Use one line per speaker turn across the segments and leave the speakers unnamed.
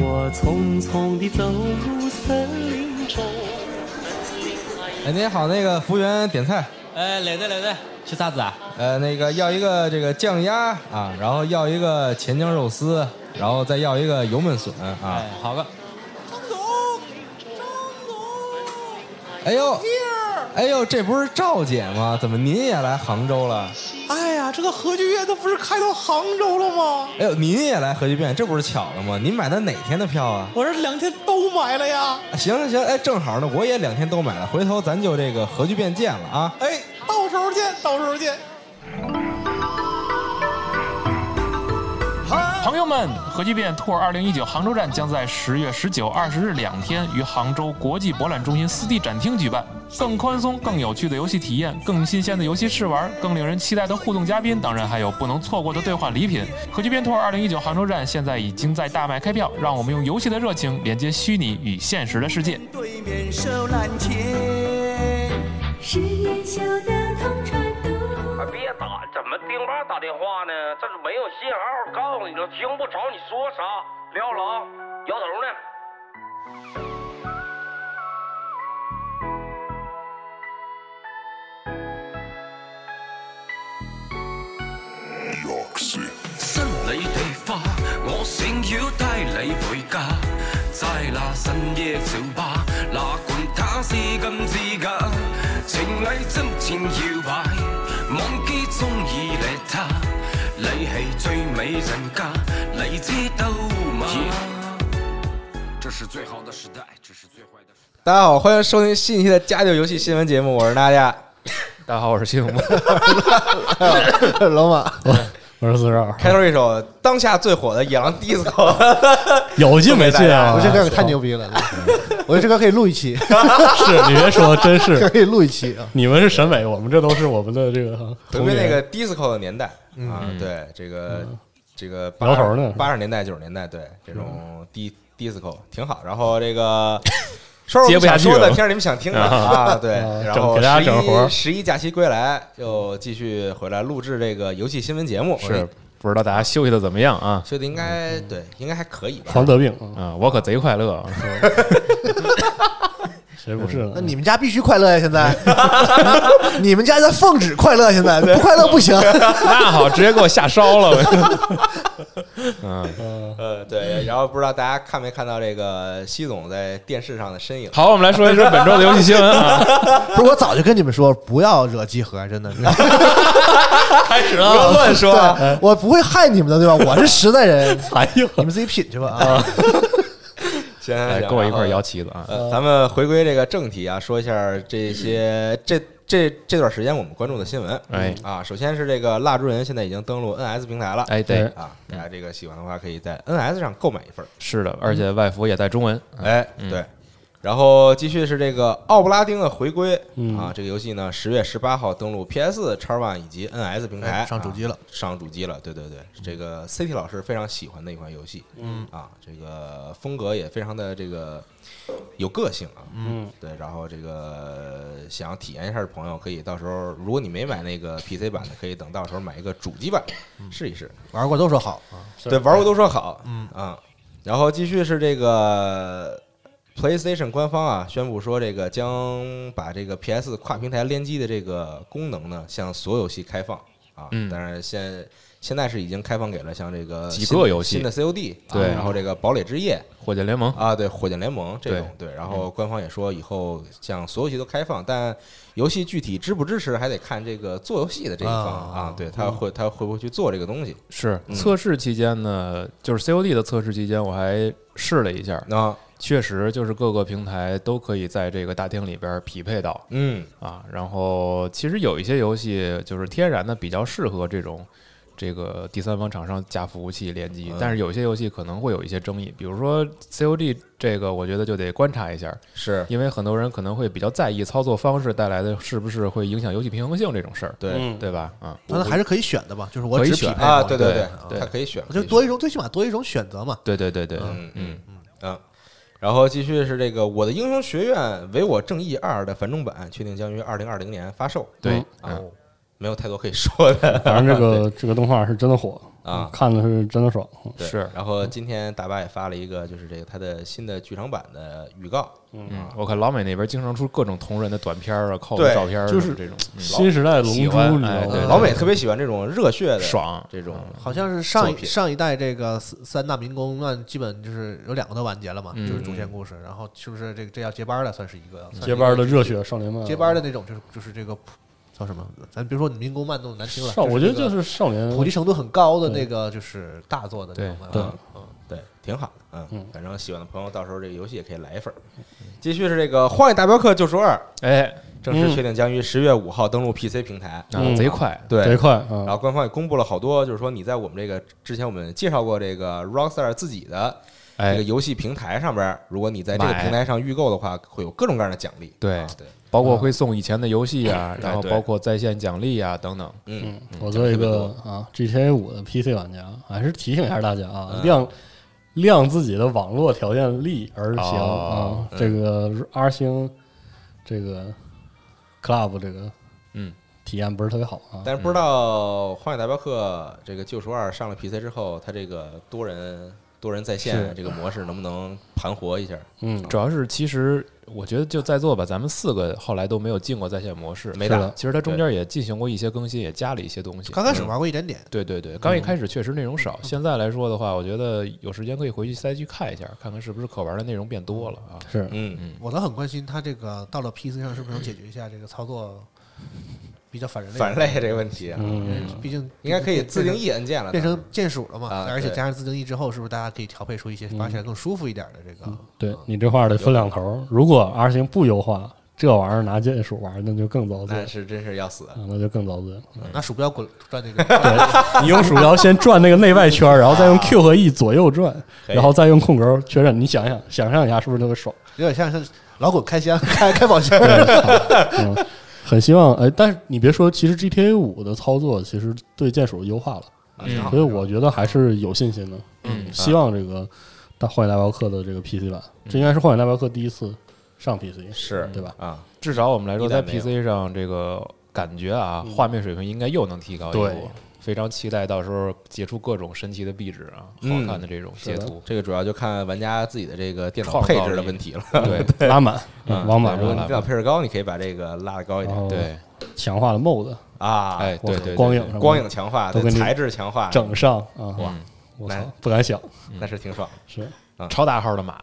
我匆匆地走入森林中。
哎，您好，那个服务员点菜，
哎，来的来的，吃啥子啊？
呃，那个要一个这个酱鸭啊，然后要一个钱江肉丝，然后再要一个油焖笋啊。
哎，好个，
哎呦，哎呦，这不是赵姐吗？怎么您也来杭州了？
哎呀，这个核聚变它不是开到杭州了吗？
哎呦，您也来核聚变，这不是巧了吗？您买的哪天的票啊？
我这两天都买了呀。
行行行，哎，正好呢，我也两天都买了，回头咱就这个核聚变见了啊。
哎，到时候见，到时候见。
朋友们，核聚变 Tour 二零一九杭州站将在十月十九、二十日两天于杭州国际博览中心四 D 展厅举办。更宽松、更有趣的游戏体验，更新鲜的游戏试玩，更令人期待的互动嘉宾，当然还有不能错过的兑换礼品。核聚变 Tour 二零一九杭州站现在已经在大卖开票，让我们用游戏的热情连接虚拟与现实的世界。
对面手拦截，
是年少的同船渡，
啊，别打，怎么丁爸打电话呢？这是没有信号，告诉你了，听不着你说啥。撂了啊，摇头呢。
新理地花，我想要帶你回家。齋那新嘅小巴，哪管它是金之家，情侶真情搖擺，忘記中意你他，你係最美人家，你知道嗎？這是最好的時代，這是最壞的時代。
大家好，欢迎收听新一期的《家就游戏新闻节目》，我是大家。
大家好，我是西蒙。
老马，我是四十二，
开头一首当下最火的野狼 disco，
有劲没劲啊？
送
我
给大家
这歌太牛逼了，我觉得这歌可以录 一期，
是你别说，真是
可以录一期啊。
你们是审美，我们这都是我们的这个
回
童
归那
年。嗯
个 disco 的年代啊，对这个这个
摇头呢嗯
八十年代九十年代，对这种 di disco 挺好。然后这 个说说
接不下去
我们想说的
了
天儿你们想听的
啊
啊，对。
啊
然
整
后
给大家
十
整活
一
儿
十一假期归来，又继续回来录制这个游戏新闻节目，
是不知道大家休息的怎么样啊？
觉得应该对，应该还可以吧。
黄德病，
啊，我可贼快乐啊，
谁不是？
是
那你们家必须快乐呀！现在， 你们家在奉旨快乐，现 在不快乐不 行。
那好，直接给我吓烧了。嗯，
呃，对，然后不知道大家看没看到这个西总在电视上的身影？
好，我们来说一说本周的游戏新闻啊，
不是，我早就跟你们说，不要惹集合，真的。
开始
不要
了。
乱说啊，
对，我不会害你们的，对吧？我是实在 人，
哎呦，
你们自己品去吧啊！
行，
哎，
行
跟我一块儿
然后
摇旗子啊。
呃，咱们回归这个正题啊，说一下这些这这这段时间我们关注的新闻。
哎
啊，首先是这个蜡烛人现在已经登陆 NS 平台了。
哎，对，
啊，大家这个喜欢的话，可以在 NS 上购买一份儿。
是的，而且外服也带中文。
嗯
哎，对。然后继续是这个奥布拉丁的回归
嗯
啊，这个游戏呢，十月十八号登陆 PS、X One 以及 NS 平台，
哎上主机了嗯
啊上主机了。对对对，这个 CT 老师非常喜欢的一款游戏，嗯啊，这个风格也非常的这个有个性啊，嗯，对。然后这个想要体验一下的朋友，可以到时候如果你没买那个 PC 版的，可以等到时候买一个主机版
嗯
试一试。
玩过都说好啊，
对，玩过都说好，嗯啊，然后继续是这个 PlayStation 官方啊宣布说，这个将把这个 PS 跨平台联机的这个功能呢，向所有游戏开放啊。
嗯
当然现现在是已经开放给了像这个
几
新
个游戏
新的 COD，啊
对
然后这个堡垒之夜
火箭联盟
啊，对，火箭联盟这种对，
嗯
然后官方也说以后向所有游戏都开放，但游戏具体支不支持还得看这个做游戏的这一方
啊
啊，对
嗯
他会他会不会去做这个东西
是
嗯
测试期间呢，就是 COD 的测试期间，我还试了一下，
啊？
确实就是各个平台都可以在这个大厅里边匹配到
嗯，
啊。然后其实有一些游戏就是天然的比较适合这种这个第三方厂商加服务器联
嗯
机，但是有些游戏可能会有一些争议，比如说 COD 这个，我觉得就得观察一下，
是
因为很多人可能会比较在意操作方式带来的是不是会影响游戏平衡性这种事儿，
对。嗯
对吧？啊，
那还是可以选的吧，就是我
可以
只匹
选
配
啊，
我
对
对
对
对
它可以选，
就多一种，最起码多一种选择嘛。
对对对对，
嗯
嗯，
啊。然后继续是这个《我的英雄学院：唯我正义二》的繁中版，确定将于二零二零年发售。嗯
对，嗯
啊，没有太多可以说的。
反正这个这个动画是真的火，嗯
啊，嗯
看的是真的爽。
对，然后
嗯
今天达爸也发了一个，就是这个他的新的剧场版的预告。
嗯，我看老美那边经常出各种同人的短片啊、靠
对
照片啊
就是
这种嗯
新时代龙珠嗯
喜欢
你知道
哎
吗
对
老美特别喜欢这种热血的
爽嗯
这种
好像是上
作
一
品
上一代这个三三大民工案，基本就是有两个都完结了嘛，
嗯
就是主线故事。然后是不是这个这要接班了，算是一个算是一个
接班的热血少年漫啊
接
嗯
班的那种就是就是这个叫什么？咱别说民工漫那种难听了，
少我觉得
这个
就是少年嗯
普及程度很高的
对
那个就是大作的那种漫画。
对
嗯，
对，挺好的，嗯，反正喜欢的朋友到时候这个游戏也可以来一份儿。继续是这个《荒野大镖客：救赎二》，
哎，
正式
嗯
确定将于十月五号登陆 PC 平台，
嗯贼快
对，
贼快嗯
然后官方也公布了好多，就是说你在我们这个之前我们介绍过这个 Rockstar 自己的
哎
这个游戏平台上边儿，如果你在这个
买
平台上预购的话，会有各种各样的奖励。
对
啊对，
包括会送以前的游戏啊，然后
哎对
包括在线奖励啊等等。
嗯，
我作为一个啊 GTA 五的 PC 玩家，还是提醒一下大家啊
嗯，
量量自己的网络条件力而行
哦
啊。这个 R 星这个 Club 这个
嗯
体验不是特别好啊。
但是不知道《荒野大镖客》这个《救赎二》上了 PC 之后，它这个多人多人在线
是
这个模式能不能盘活一下？
嗯，
主要是其实我觉得就在座吧，咱们四个后来都没有进过在线模式，
没打
是的其实它中间也进行过一些更新，也加了一些东西。
刚开始玩过一点点
对对对，刚一开始确实内容少，现在来说的话，我觉得有时间可以回去再去看一下，看看是不是可玩的内容变多了啊。
是
嗯
嗯，
我倒很关心他这个到了 PC 上是不是能解决一下这个操作比较反人类的
反类这个问题啊嗯
因为毕竟
应该可以自定义按键了
变成键鼠了嘛，
啊
而且
对
加上自定义之后，是不是大家可以调配出一些
嗯
玩起来更舒服一点的这个？
对你这话得分两头儿，如果 R 型不优化，这玩意儿拿键鼠玩，那就更遭罪
那。是真是要死。
啊，那就更遭罪了。
嗯
拿鼠标滚转那个，
你用鼠标先转那个内外圈儿，然后再用 Q 和 E 左右转，
可以
然后再用空格确认。你想想，想象一下，是不是特别爽？
有点像是老滚开箱、开开宝箱。
嗯，很希望哎，但是你别说，其实 GTA 五的操作其实对键鼠优化了，
嗯
所以我觉得还是有信心的。
嗯啊
希望这个大《荒野大镖客》的这个 PC 版，这应该是《荒野大镖客》第一次上 PC，
是
嗯对吧？
啊，
至少我们来说，
一代
在
没有
PC 上这个感觉啊，
嗯
画面水平应该又能提高一
对
步。非常期待到时候截出各种神奇的壁纸啊，
嗯
好看的这种截图。
这个主要就看玩家自己的这个电脑
创
配
造
置的
力
问题了。
对拉满
嗯
往满
对如果你
拉满
电脑配置高，你可以把这个拉得高一
然后
点。对
强化了 MOD
啊，
哎对对对
光
光
影
影什么的
光影强化，
都
对
跟这
材质强化，
整上啊
哎哇
嗯，我
那
操不敢想，
那是挺
嗯
爽，
是
超大号的马，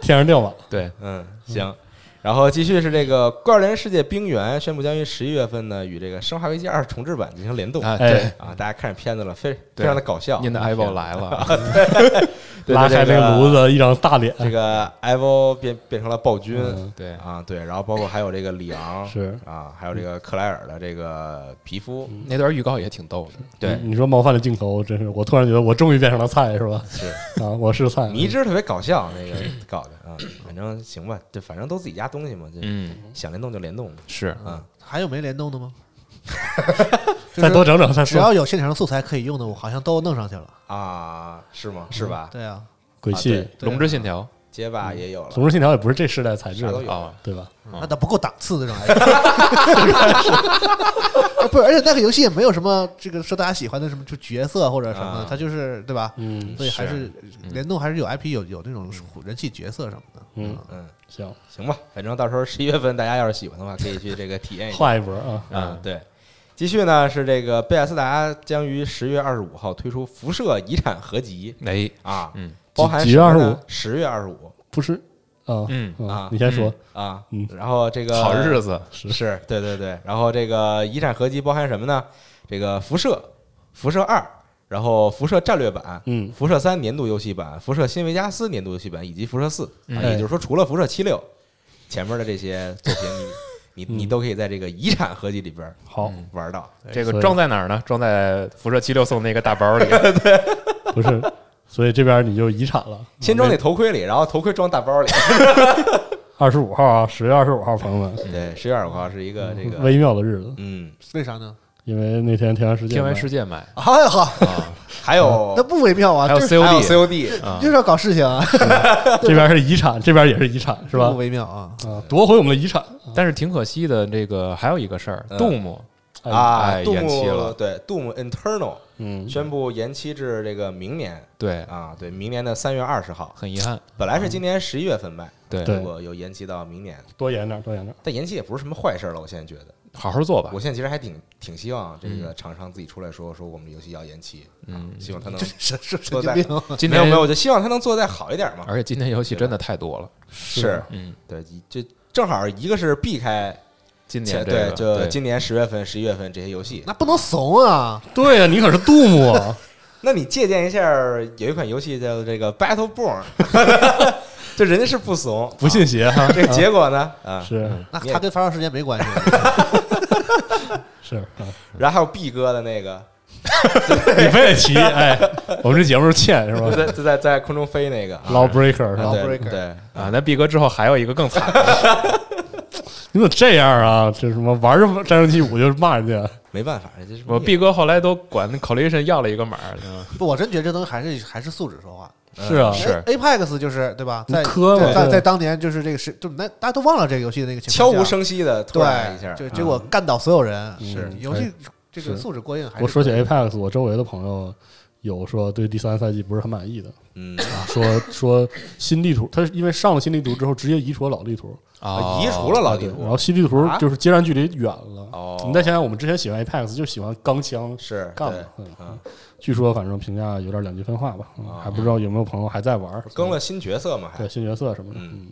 天上掉马。
对，
嗯，行。然后继续是这个《怪物猎人世界：冰原》宣布将于十一月份呢与这个《生化危机二》重置版进行联动。
啊
哎
对
啊，大家看着片子了，非非
对
常的搞笑。
您的 Ivo 来了
啊对对
拉开这
这个
个炉子，一张大脸。
这个 Ivo 变变成了暴君，
嗯
对
啊，对，然后包括还有这个里昂
是嗯
啊，还有这个克莱尔的这个皮肤，
那段预告也挺逗的。对，
你说冒犯的镜头，真是我突然觉得我终于变成了菜，是吧？
是
啊，我是菜。
迷之特别搞笑，那个搞的啊，反正行吧，这反正都自己家东西嘛，这
嗯
想联动就联动，
是
啊，
还有没联动的吗？
再多整整再说
只要有现场素材可以用的，我好像都弄上去了。
啊，是吗？是吧？
对啊，
鬼
啊
泣
对对
龙之信条
街霸也有了，
《龙之信条》也不是这世代材质
啥都有
的
啊
对吧？
那倒不够档次的，这玩意 不是，而且那个游戏也没有什么这个说大家喜欢的什么就角色或者什么
啊
的，它就是对吧？
嗯
所以还是
是
联动还是有 IP 有有那种人气角色什么的。
嗯
嗯，
行
行吧，反正到时候十一月份大家要是喜欢的话，可以去这个体验一下，
画一波啊
啊，对。继续呢是这个贝塞斯达将于十月二十五号推出《辐射遗产合集》，
哎
啊，
嗯，
包含
几几月二十五
十月二十五，
不是啊，
嗯
啊
你先说
啊
嗯，，
然后这个
好日子
是对对对，然后这个遗产合集包含什么呢？这个辐射、辐射二，然后辐射战略版，
嗯，
辐射三年度游戏版、辐射新维加斯年度游戏版以及辐射四，啊，
嗯
也就是说除了辐射七六前面的这些作品， 你你你
嗯
都可以在这个遗产合集里边嗯
好
玩到
这个装在哪儿呢？装在辐射七六送那个大 包里。
不是， 所以这边你就遗产了。
先装那头盔里，然后头盔装大包里。
二十五号啊，十月二十五号，朋友
嗯
们，
对，十月二十五号是一个这个
微妙的日子，
嗯，
为啥呢？
因为那天天安世界，
天外世界买
哎呀好，
还有
那不微妙啊，
还有
就是
COD
还有
COD
啊
就是要搞事情啊。
这边是遗产，这边也是遗产，是吧？
微妙啊
啊，夺回我们的遗产。
呃但是挺可惜的，这个还有一个事儿
嗯
，Doom
啊
哎延期
，Doom
了
对 Doom Eternal，
嗯
宣布延期至这个明年。
对
啊，对，明年的三月二十号。
很遗憾，
本来是今年十一月份卖，
对
结果又延期到明年。
多演点，多演点。
但延期也不是什么坏事了，我现在觉得。
好好做吧
我现在其实还挺挺希望这个厂商自己出来说说我们游戏要延期，啊
嗯
希 望他能
这是
是
神
做
经
在
病啊 今
没有
年
没有，我就希望他能做得再好一点嘛。
而且今天游戏真的太多了，
是，
嗯，
对，一这正好一个是避开
今
前
年这
对
个，
就
对
今年十月份、十一月份这些游戏，
那不能怂啊！
对呀、你可是杜牧啊，
那你借鉴一下儿有一款游戏叫这个 Battleborn，就人家是不怂，
不信邪哈
啊这个 结果呢？啊，
是
那
你也
他跟发售时间没关系。
是，啊
然后还有 B 哥的那个，
你非得提，哎，我们这节目是欠是
就在
吧？
就在在空中飞那个
Lawbreaker 是吧
对
Lawbreaker
啊对，
啊，那毕哥之后还有一个更惨，
你怎么这样啊？这什么玩着战争机五就骂人家？
没办法，这是
我毕哥后来都管 Collision 要了一个码儿，是吧
不，我真觉得这东西还是还是素质说话。
嗯
是啊
是
哎 Apex 就是对吧？在
你磕嘛
在在
对
在当年就是这个是，就那大家都忘了这个游戏的那个情
悄
况下
无声息的突然一下，嗯
对，就结果干倒所有人。
是
游戏这
嗯哎是
个素质过硬还是
我说起
可以
Apex，我周围的朋友有说对第三赛季不是很满意的，
嗯
啊，说说新地图，他是因为上了新地图之后直接移除了老地图，
啊移除了老地图
对然后新地图
啊
就是接壤距离远了。
哦
你再想想，我们之前喜欢 Apex 就喜欢钢枪
是
干
对哦
嘛？嗯据说反正评价有点两极分化吧，嗯还不知道有没有朋友还在玩，
更了新角色嘛，还
对新角色什么的，嗯，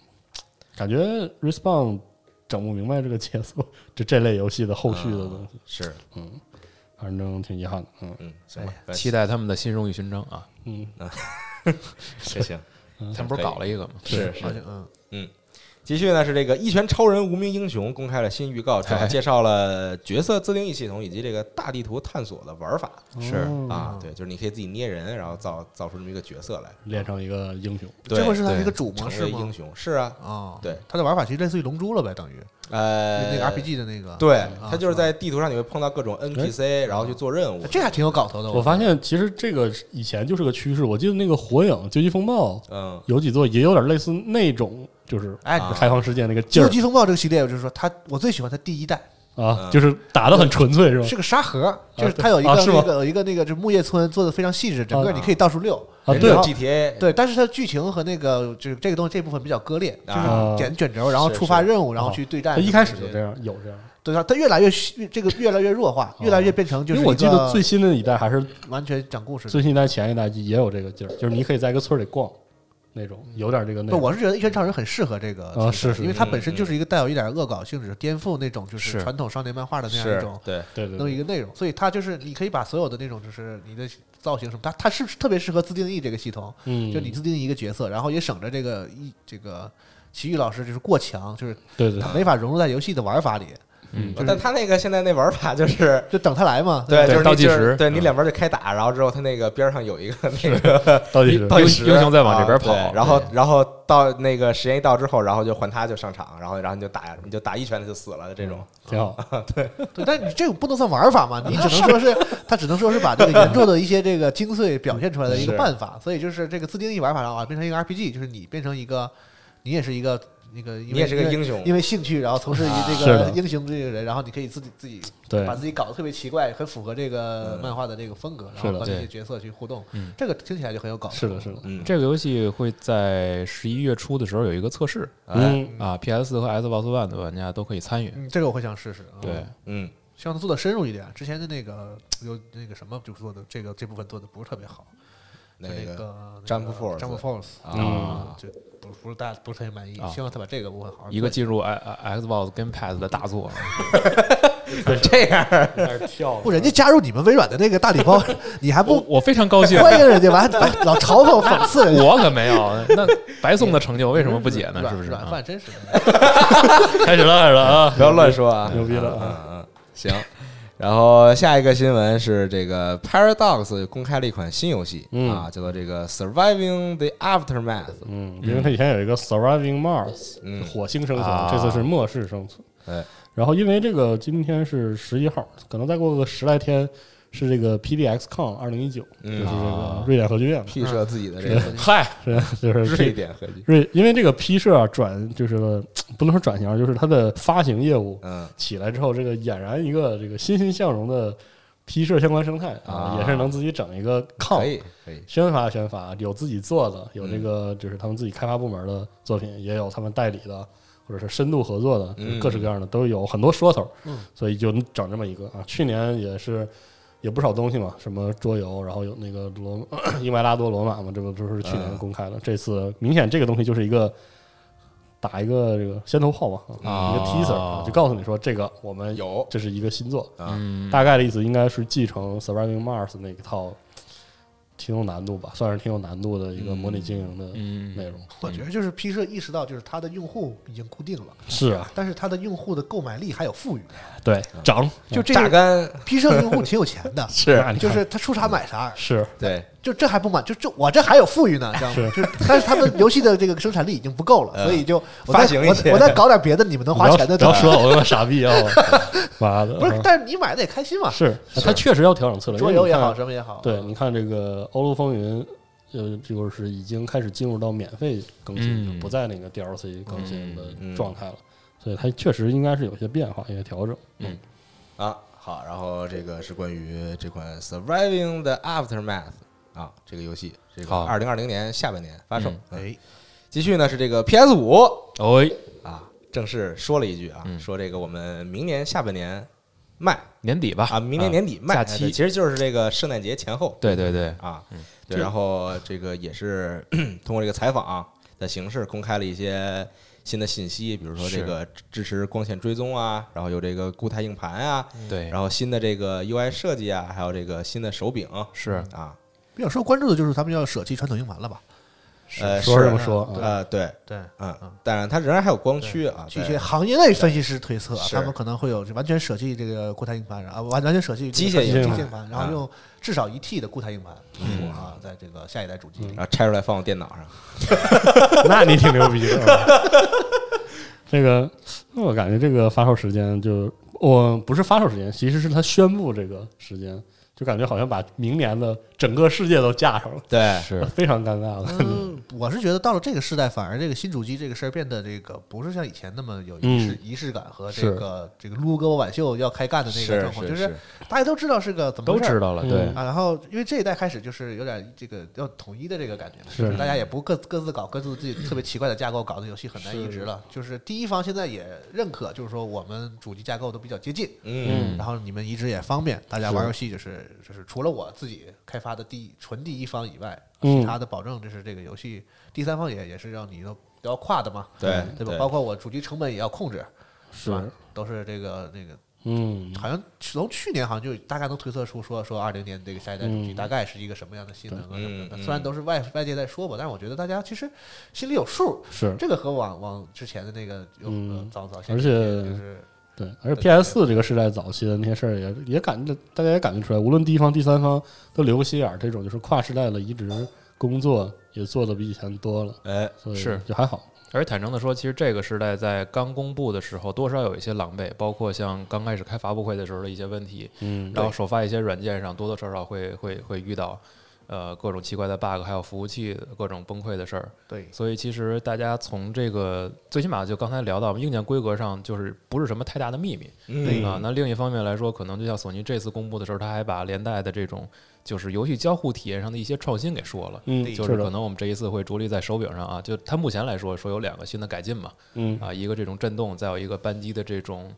感觉 Respawn 整不明白这个节奏， 这这类游戏的后续的东西，
是
嗯，反正挺遗憾的，嗯
嗯，行吧
哎
期待他们的新荣誉勋章啊，
嗯，
这行，
他们不是搞了一个吗？
是
好
是
像，嗯
嗯。继续呢是这个《一拳超人：无名英雄》公开了新预告，主要介绍了角色自定义系统以及这个大地图探索的玩法。
是
嗯
哦
啊，对，就是你可以自己捏人，然后造造出这么一个角色来。
练成一个英雄，
对
这回是它
对
一个主模
成
式
为
吗
英雄是啊，
啊，
对，
它的玩法其实类似于龙珠了呗，等于
呃，
那个 RPG 的那个
对
嗯，啊
它就是在地图上你会碰到各种 NPC，然后去做任务。
哎这还挺有搞头的。
我发现其实这个以前就是个趋势，我记得那个《火影》《究极风暴》，
嗯，
有几座也有点类似那种，就是
哎
啊
开放世界那个劲儿
究极风暴这个系列，就是说它我最喜欢它第一代，
啊，就是打的很纯粹，是吧？
是个沙盒，就是
对
它有一
啊
个
是吗
那个有一个那个就是木叶村做的非常细致，整个你可以到处溜
啊
然
对
后
GTA
对，但是它的剧情和那个就是这个东西这部分比较割裂，就
啊
是卷卷轴，然后
是
触发
是
任务，然后
哦
去对战。
它一开始就这样，有这样，
对它它越来越虚这个越来越弱化，越来越变成就
因
是
为我
一
记得
个
最新的一代还是
完全讲故事的。
最新一代前一代也有这个劲儿，就是你可以在一个村儿里逛那种，有点这个那
不，
种。
我是觉得一拳超人很适合这个题材
啊是是
因为
是
它本身就是一个带有一点恶搞性质，颠覆那种就是是传统少年漫画的那样
是
一种
对
对对
弄一个内容，所以它就是你可以把所有的那种就是你的造型什么，它它是特别适合自定义这个系统，
嗯
就你自定义一个角色，然后也省着这个一这个奇遇老师就是过强，就是
对 对
他没法融入在游戏的玩法里，
嗯
就是
但他那个现在那玩法就是。
就等他来嘛，
对，
对
就是你
倒计
就是
时
对你
嗯
两边就开打，然后之后他那个边上有一个那个
倒计时
倒计时，
英英雄在往这边跑
啊对然后然后到那个时间一到之后，然后就换他就上场，然后然后你就打你就打一拳他就死了的这种，
挺好，
对，
对，但你这个不能算玩法嘛，你只能说是他只能说是把这个原作的一些这个精髓表现出来的一个
是
办法，所以就是这个自定义玩法上啊，变成一个 RPG，就是你变成一个，你也是一个那个，因为
你也是个
因为
英雄
因为兴趣然后从事于这
是
个
的
英雄这个人，然后你可以自己自己
对
把自己搞得特别奇怪，很符合这个漫画的这个风格，然
是
后
的
和这些
对
角色去互动
嗯，
这个听起来就很有搞头。
是的，是的，
嗯，
这个游戏会在十一月初的时候有一个测试，
哎
嗯
啊，PS 和 Xbox One 的玩家都可以参与。
嗯，这个我会想试试。啊
对，
嗯，
希望他做的深入一点。之前的那个有那个什么，就做的这个这部分做的不是特别好。
那
那
个
个
詹姆
那个
Force
詹姆 Force
啊，
就不不是大不是特别满意
啊，
希望他把这个部分好好
一个
做
进入 X Xbox 跟 PS 的大作，
嗯 这样
开始跳
不，人家加入你们微软的那个大礼 包，你还
我
不
我非常高兴，啊
欢迎人家，完还老 嘲讽讽刺人家，
我可没有，那白送的成就为什么不解呢？
软
是不是？
软
啊
饭真是 的，
开始了，开始了啊！
不要乱说啊，
牛逼了
嗯
啊
嗯嗯，行。然后下一个新闻是这个 Paradox 公开了一款新游戏、
嗯
啊，叫做这个 Surviving the Aftermath。
嗯，因为它以前有一个 Surviving Mars，、
嗯
火星生存，
啊
这次是末世生存。
哎，
然后因为这个今天是十一号，可能再过个十来天，是这个 PDXCon 二零一九，就是
嗯
这个
啊
瑞典核剧院嘛
辟设自己的这
是
个嗨
是嗯就是
瑞典核剧
瑞，因为这个 P 社啊转就是不能说转型，啊就是它的发行业务
嗯
起来之后，这个俨然一个这个欣欣向荣的 P 社相关生态啊
啊，
也是能自己整一个 con，
可以可以
宣发宣发，有自己做的，有
嗯
这个就是他们自己开发部门的作品，也有他们代理的。或者是深度合作的，就是
嗯
各式各样的都有很多说头，
嗯
所以就整这么一个啊。去年也是也不少东西嘛，什么桌游，然后有那个罗英白拉多罗马嘛， 这不都是去年
嗯
公开了。这次明显这个东西就是一个打一个这个先头炮嘛，啊一个
哦
teaser，啊就告诉你说这个我们有，这是一个新作
啊
嗯
大概的意思应该是继承 Surviving Mars 那一套。挺有难度吧，算是挺有难度的一个
嗯
模拟经营的内容。
我觉得就是 P 社意识到，就是它的用户已经固定了，
是啊
但是它的用户的购买力还有富裕，啊
对涨，
就这
榨干
P 社用户挺有钱 的，
是
啊
那你看
就是他出啥买啥，
是
对，
就这还不满，就这我这还有富裕呢，知道吗？
是
就但是他们游戏的这个生产力已经不够了，
嗯
所以就我
发
再
行一些
我我再搞点别的，你们能花钱的
不要
东
不
西。
要 说我他妈傻逼啊！我妈的，
不是
啊，
但是你买的也开心嘛？
是，他确实要调整策略，
桌
因为
游
你
也好，
看
什么也好，啊
对，你看这个《欧陆风云》，呃，就是已经开始进入到免费更新，
嗯
就不在那个 DLC 更新的
嗯
状态了，所以它确实应该是有些变化，有些调整。嗯，，
啊，好，然后这个是关于这款《Surviving the Aftermath》啊，这个游戏，这个
好
二零二零年下半年发售。
嗯
哎，继续呢是这个 PS 五，
哦
哎啊，正式说了一句啊，说这个我们明年下半年卖
年底吧
啊，明年年底卖，
假期
哎其实就是这个圣诞节前后。
对对对
啊
嗯，
对，
这
然后这个也是 通过这个采访、啊的形式公开了一些新的信息，比如说这
是
个支持光线追踪啊，然后有这个固态硬盘啊，
对
然后新的这个 UI 设计啊，还有这个新的手柄是啊，
比较受关注的就是他们要舍弃传统硬盘了吧？
呃，
说
是
这么说啊
呃，对
对，
嗯，当然它仍然还有光驱啊，
据一
对
些行业内分析师推测啊，
是
他们可能会有完全舍弃这个固态硬盘，然后完完全舍弃这个
机械硬盘
机械硬盘，然
啊
后用至少一 T 的固态硬盘
嗯
啊，在这个下一代主机里
然。后拆出来放我电脑上
那你挺牛逼的啊。 这个，那我感觉这个发售时间就我不是发售时间，其实是他宣布这个时间，就感觉好像把明年的整个世界都架上了，
对
是
非常尴尬了。
嗯， 我是觉得到了这个时代，反而这个新主机这个事儿变得这个不是像以前那么有仪式、
嗯
仪式感和
是
这个这个撸胳膊挽袖要开干的那个
是
状况，
是
就是
是
大家都知道是个怎么回事儿
都知道了对
啊。然后因为这一代开始就是有点这个要统一的这个感觉嘛，
是
就大家也不各各自搞各自自己特别奇怪的架构，搞得游戏很难移植了。就是第一方现在也认可，就是说我们主机架构都比较接近，
嗯
然后你们移植也方便，大家
是
玩游戏就是就是除了我自己开发的第纯第一方以外，
嗯
其他的保证就是这个游戏第三方也也是让你都都要跨的嘛，
对
对吧？
对
包括我主机成本也要控制，
是
吧？都是这个那个。
嗯
好像从去年好像就大概能推测出说说二零年这个下一代主机
嗯
大概是一个什么样的性能啊
对
什么的，
嗯
虽然都是外外界在说吧，但是我觉得大家其实心里有数。
是
这个和往往之前的那个有呃
嗯
早早先
而
进
且
一点就是
对，而且 PS 四这个时代早期的那些事儿也也感觉大家也感觉出来，无论第一方、第三方都留个心眼儿，这种就是跨时代的移植工作也做的比以前多了。
哎
所以
是
就还好。。
而坦诚的说，其实这个时代在刚公布的时候，多少有一些狼狈，包括像刚开始开发布会的时候的一些问题，
嗯
然后
对
首发一些软件上多多少少会会会遇到，呃，各种奇怪的 bug，还有服务器各种崩溃的事儿。
对，
所以其实大家从这个最起码就刚才聊到硬件规格上，就是不是什么太大的秘密。
嗯
啊，那另一方面来说，可能就像索尼这次公布的时候，他还把连带的这种就是游戏交互体验上的一些创新给说了。
嗯
就是
的
可能我们这一次会着力在手柄上啊，就它目前来说说有两个新的改进嘛，
嗯
啊，一个这种震动，再有一个扳机的这种。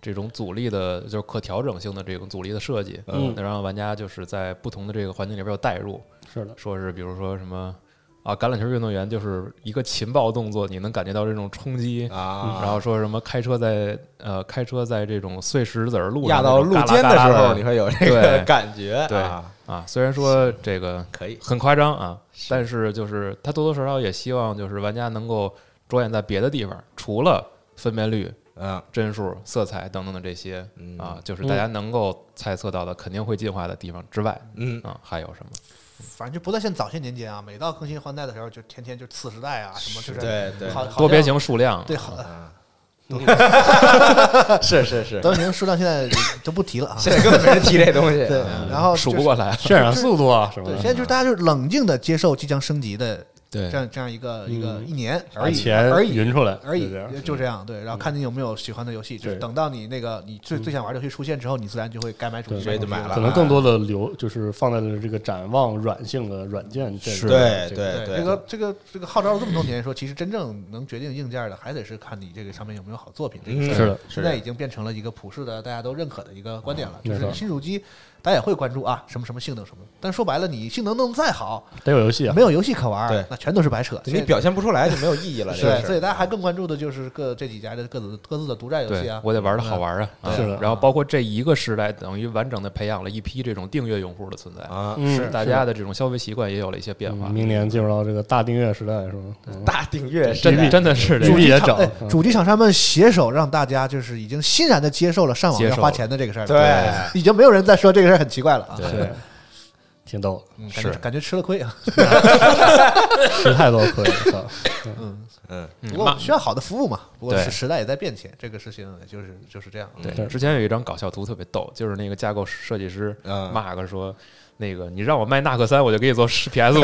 这种阻力的，就是可调整性的这种阻力的设计，
嗯
能让玩家就是在不同的这个环境里边有代入。
是的，
说是比如说什么啊，橄榄球运动员就是一个勤暴动作，你能感觉到这种冲击
啊
然后说什么开车在呃开车在这种碎石子儿路
压
上
到
那种嘎
路
啦
肩的
嘎啦
时候你会有这个
对
感觉
对
啊
啊，虽然说这个
可以
很夸张啊，但是就是他多多少少也希望就是玩家能够着眼在别的地方，除了分辨率。
啊，
帧数、色彩等等的这些、啊，就是大
嗯
家能够猜测到的，肯定会进化的地方之外，
嗯
啊，还有什么？
反正就不再像早些年间啊，每到更新换代的时候，就天天就次时代啊，什么就是
对对
好好像
多边形数量
对好。都
是是是
德行数量现在都不提了啊，
现在根本没人提这东西
对
嗯，
然后
数不过来
就是
渲染速度啊什么的
对，现在就是大家就是冷静的接受即将升级的。
对
这样这样一个一个
嗯
一年
把
而已，
钱
而已
匀出来
而
就
已
这样
就这样对，然后看你有没有喜欢的游戏，就是
对
等到你那个你最最想玩的游戏出现之后，你自然就会该买主机
谁就买了
可能更多的留就是放在了这个展望软性的软件这
是
个
对
这个
对
这个这个这个号召了这么多年，说其实真正能决定硬件的，还得是看你这个上面有没有好作品这个事儿。
嗯是的
现在已经变成了一个普世的、大家都认可的一个观点了，就
没
是
错
新主机大家也会关注啊，什么什么性能什么，但说白了，你性能弄得再好，
得有游戏啊，
没有游戏可玩，
对
那全都是白扯。
你表现不出来就没有意义了。这个
对，
事
所以大家还更关注的就是各这几家的各自各自的独占游戏
对
啊，，
我得玩的好玩啊，
对
啊然后包括这一个时代，等于完整的培养了一批这种订阅用户的存在
啊
嗯是
大家的这种消费习惯也有了一些变化。
明年进入到这个大订阅时代是吗？嗯
大订阅时代
真的真的是
主机
也
厂
整
哎，主机厂商们携手让大家就是已经欣然的接受了上网
接
要
受
花钱的这个事儿了，
对
已经没有人再说这个事儿很奇怪了啊。
对，挺逗的
嗯，感
是
觉感觉吃了亏啊，
吃太多亏了操
嗯
嗯
不过我们需要好的服务嘛，不过
对嗯
是时代也在变迁，这个事情也就是就是这样。啊
对，之前有一张搞笑图特别逗，就是那个架构设计师
啊
骂个说，那个你让我卖纳克三，我就给你做 PS 五。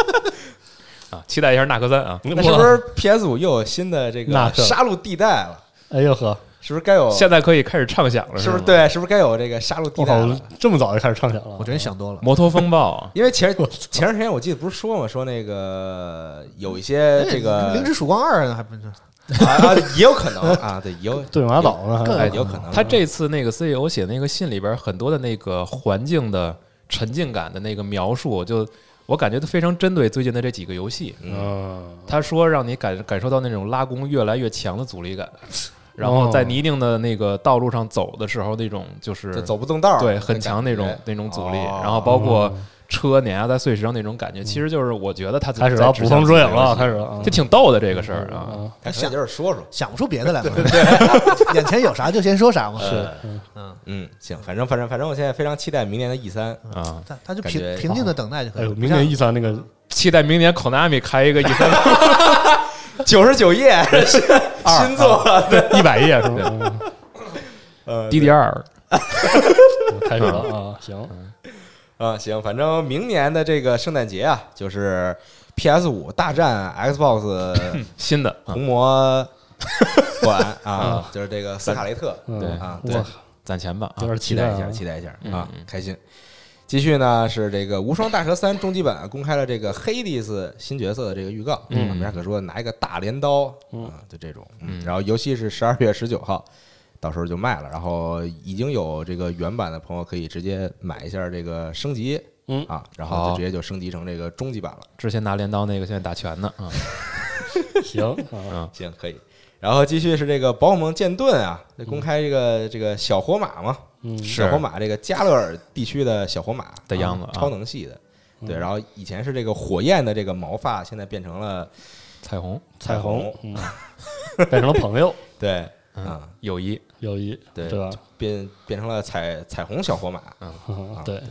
啊，期待一下纳克三啊！
那是不是 PS 五又有新的这
那
个
是
杀戮地带了？
哎呦呵，
是不是该有？
现在可以开始畅想了？
是不
是哦
是？对？是不是该有这个杀戮地
我
带了
靠？，这么早就开始畅想了，我
觉得想多了。
摩托风暴，啊
因为前前段时间我记得不是说嘛，说那个有一些这个
哎
《灵之曙光二》呢，还不是
啊，啊也有可能啊，对，也有
对马岛呢
更
哎
有可能。
他这次那个 CEO 写那个信里边很多的那个环境的沉浸感的那个描述，就我感觉都非常针对最近的这几个游戏。
嗯，
他说让你感感受到那种拉弓越来越强的阻力感。然
哦
后在你一定的那个道路上走的时候，那种就是
就走不动道儿
对，
那
很强
感
那
觉
种那种阻力。
哦
然后包括车碾压在碎石上那种感觉，其实就是我觉得他
开始了捕风捉影了开始了嗯啊
了，就挺逗的这个事儿啊。
他想哎就是说说，
想不出别的来嘛？对，眼前有啥就先说啥嘛。
是
嗯
嗯，行，反正反正反正，我现在非常期待明年的 E 三
啊
嗯他他就平平静地等待就可以了哎呦
明年 E 三那个
期待明年 Konami 开一个 E 三
九十 九页 新作，
啊
对，
一百啊页是吗？
呃
DDR
开始 了啊，行，
啊，行，反正明年的这个圣诞节啊，就是 PS 五大战 Xbox
新的
红魔馆啊
啊，
就是这个斯卡雷特，
嗯
啊，
嗯
对
哇，攒钱吧啊
有点期待一下，期
期
待一下
嗯
啊，开心。继续呢是这个《无双大蛇三》终极版公开了这个黑迪斯新角色的这个预告，
嗯
没啥可说的，拿一个大镰刀啊，就这种。嗯，然后游戏是十二月十九号，到时候就卖了。然后已经有这个原版的朋友可以直接买一下这个升级，
嗯
啊，然后就直接就升级成这个终极版了。
之前拿镰刀那个，现在打拳呢啊。
行
啊，
行，可以。然后继续是这个宝可梦剑盾啊，这公开这个这个小火马嘛，
嗯
小火马这个加勒尔地区的小火马
的样子
啊
啊
超能系的。对，
嗯
然后以前是这个火焰的这个毛发，现在变成了
彩虹，
彩虹，
嗯变成了朋友，
对，
嗯
啊，
友谊，
友谊，
对
对吧？
变变成了彩彩虹小火马，
嗯
啊，
对
对，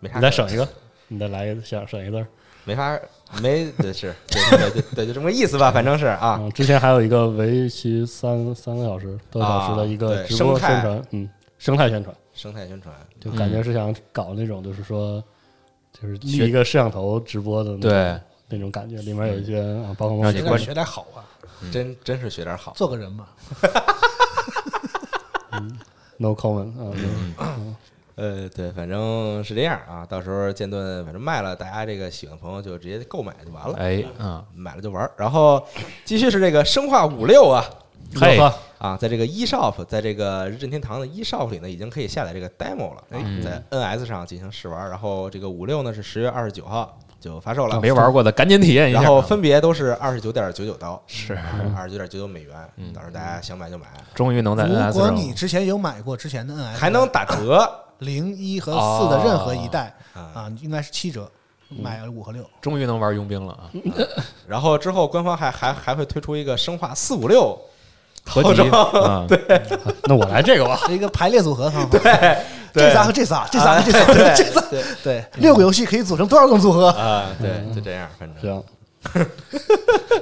没啥。
你再省一个，，你再来一个，想省一个字儿。
没法，没，对是，对对对对，就这么个意思吧，反正是啊，
嗯，之前还有一个为期三三个小时、多个小时的一
啊
个
对
直播宣
生态嗯
传，嗯，生态宣传，
生态宣传，
就感觉是想搞那种，就是说，就是立
学
一个摄像头直播的那种
对
那种感觉，里面有一些
嗯
啊，包括
让你关注
学点好啊，
真真是学点好，
做个人嘛。
no comment 啊，嗯
呃，对，反正是这样啊。到时候剑盾反正卖了，大家这个喜欢的朋友就直接购买就完了。
哎啊，
买了就玩儿。然后继续是这个生化五六啊，
嘿
啊，在这个 eShop，在这个任天堂的 eShop 里呢，已经可以下载这个 demo 了，哎
嗯
在 NS 上进行试玩。然后这个五六呢是十月二十九号就发售了，
没玩过的赶紧体验一下啊
然后分别都是二十九点九九刀，嗯
是
二十九点九九美元。到时候大家想买就买，
终于能在 NS
如果
上
你之前有买过之前的 NS，
还能打折。
零一和四的任何一代啊，应该是七折，
嗯
买五和六。
终于能玩佣兵 了啊！
然后之后官方还还还会推出一个生化四五六
合集啊
对，
那我来这个吧，
一个排列组合方法。
对，
这 仨和这仨，这仨和这仨，
啊对啊
这仨
对，
对，六个游戏可以组成多少种组合？
啊，对，就这样，反正
行，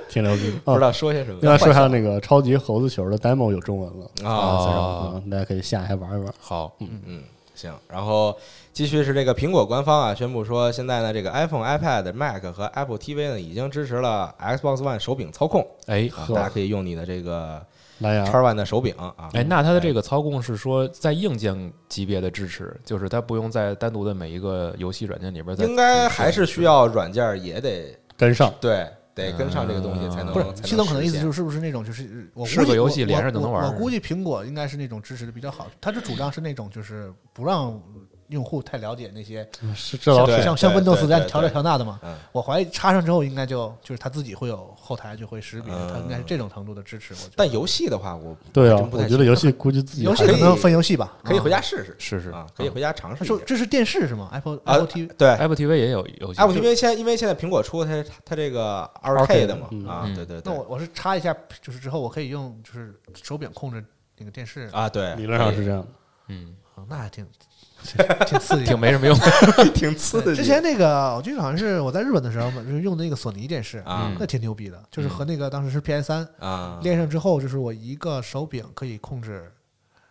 挺牛逼的。啊
不知道说些什么
另外说一下那个超级猴子球的 demo 有中文了
啊
嗯大家可以下一下玩一玩。
好，
嗯
嗯，行，然后继续是这个苹果官方啊宣布说，现在呢这个 iPhone、iPad、Mac 和 Apple TV 呢已经支持了 Xbox One 手柄操控，
哎
啊
呵
大家可以用你的这个
蓝
哎
牙
X One 的手柄啊，
哎，那它的这个操控是说在硬件级别的支持，就是它不用在单独的每一个游戏软件里边再。
应该还是需要软件儿也得
跟上，
对，得跟上这个东西才能
啊不是
才
系统可能
实
意思
现
就是是不是那种就是我估计
是个游
我
戏连上就能玩
我我我估计苹果应该是那种支持的比较好，它就主张是那种就是不让用户太了解那些
嗯是这倒是
像像像
对对
Windows
对
这样
对
调这调那的嘛
嗯。
我怀疑插上之后应该就就是它自己会有后台就会识别，它应该是这种程度的支持。我觉得
但游戏的话，我
对啊
真不太
我觉得
清
游戏估计自己
游戏
还
可
是
能分游戏吧，
可以回家
啊
试试，
是是
啊，可以回家尝试一下
说。这是电视是吗？Apple
啊
Apple 哎 TV
对
Apple TV 也有游戏
Apple TV 现在因为现在苹果出它它这个
2K
R K 的嘛
嗯
啊，对对
那
对
我我是插一下，就是之后我可以用就是手柄控制那个电视啊
啊，对，
理论上是这样的。
嗯，
那还挺挺刺激的，
挺没什么用
挺刺激
之前那个，我记得好像是我在日本的时候嘛，就是用那个索尼电视
啊
那挺牛逼的，就是和那个当时是 PS 三
啊
连上之后，就是我一个手柄可以控制，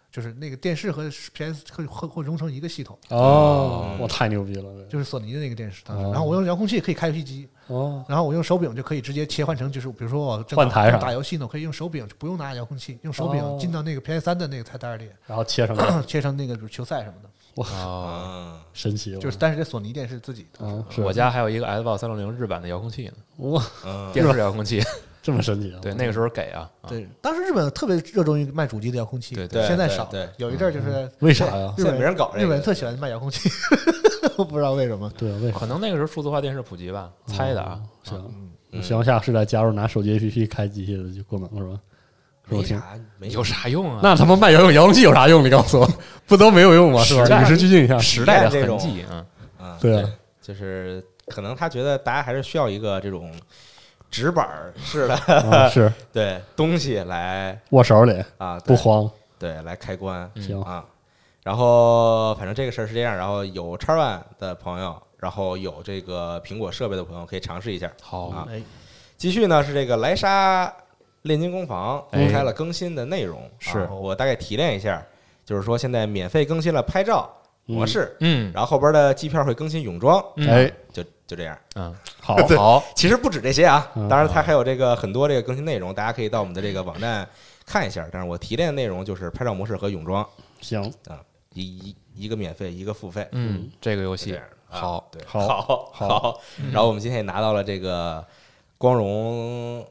就是那个电视和 PS 可以会会融成一个系统。
哦，哇，太牛逼了！
就是索尼的那个电视，当时，
哦
然后我用遥控器可以开游戏机，
哦，
然后我用手柄就可以直接切换成，就是比如说我正
换台上
正打游戏呢，我可以用手柄，就不用拿遥控器，用手
哦
柄进到那个 PS 三的那个菜单里，
然后切上 来
切成那个比如球赛什么的，
啊，
神奇了，
就是但是这索尼电视自己的，
啊，
我家还有一个 Xbox 三六零日版的遥控器呢，
哇
嗯
电视遥控器
这么神奇啊
对，那个时候给啊，啊
对，当时日本特别热衷于卖主机的遥控器，
对对
现在少
对
了
对。
有一阵儿就是
嗯为啥呀
日
现
本
在没人搞这个
日本人特喜欢卖遥控器， 我不知道为什么。
对，啊为啥？
可能那个时候数字化电视普及吧，猜的啊，
是啊，向下是在加入拿手机 APP 开机器的就功能是吧？是我听
没
有啥用啊？
那他妈卖遥控遥控器有啥用？你告诉我，不都没有用吗？是吧
时？代
与时俱进一下，
时代的
这
痕
种
迹
啊
啊，
啊
对啊
就是可能他觉得大家还是需要一个这种直板儿式的，
啊是
对东西来
握手里
啊，
不
对
慌，
对，来开关，
行
啊。然后反正这个事儿是这样，然后有叉 One 的朋友，然后有这个苹果设备的朋友可以尝试一下。
好
啊
哎，
继续呢是这个莱莎炼金工坊
哎
公开了更新的内容，
是
啊我大概提炼一下，就是说现在免费更新了拍照模式，
嗯嗯
然后后边的机票会更新泳装，
嗯哎
啊，就就这样，
嗯，
好
对
好，
其实不止这些啊
嗯，
当然它还有这个很多这个更新内容，大家可以到我们的这个网站看一下。但是我提炼的内容就是拍照模式和泳装，
行
啊，一一一个免费，一个付费，
嗯，这个游
就
戏
这样啊
好，
对，
好
好，
好
好。然后我们今天也拿到了这个光荣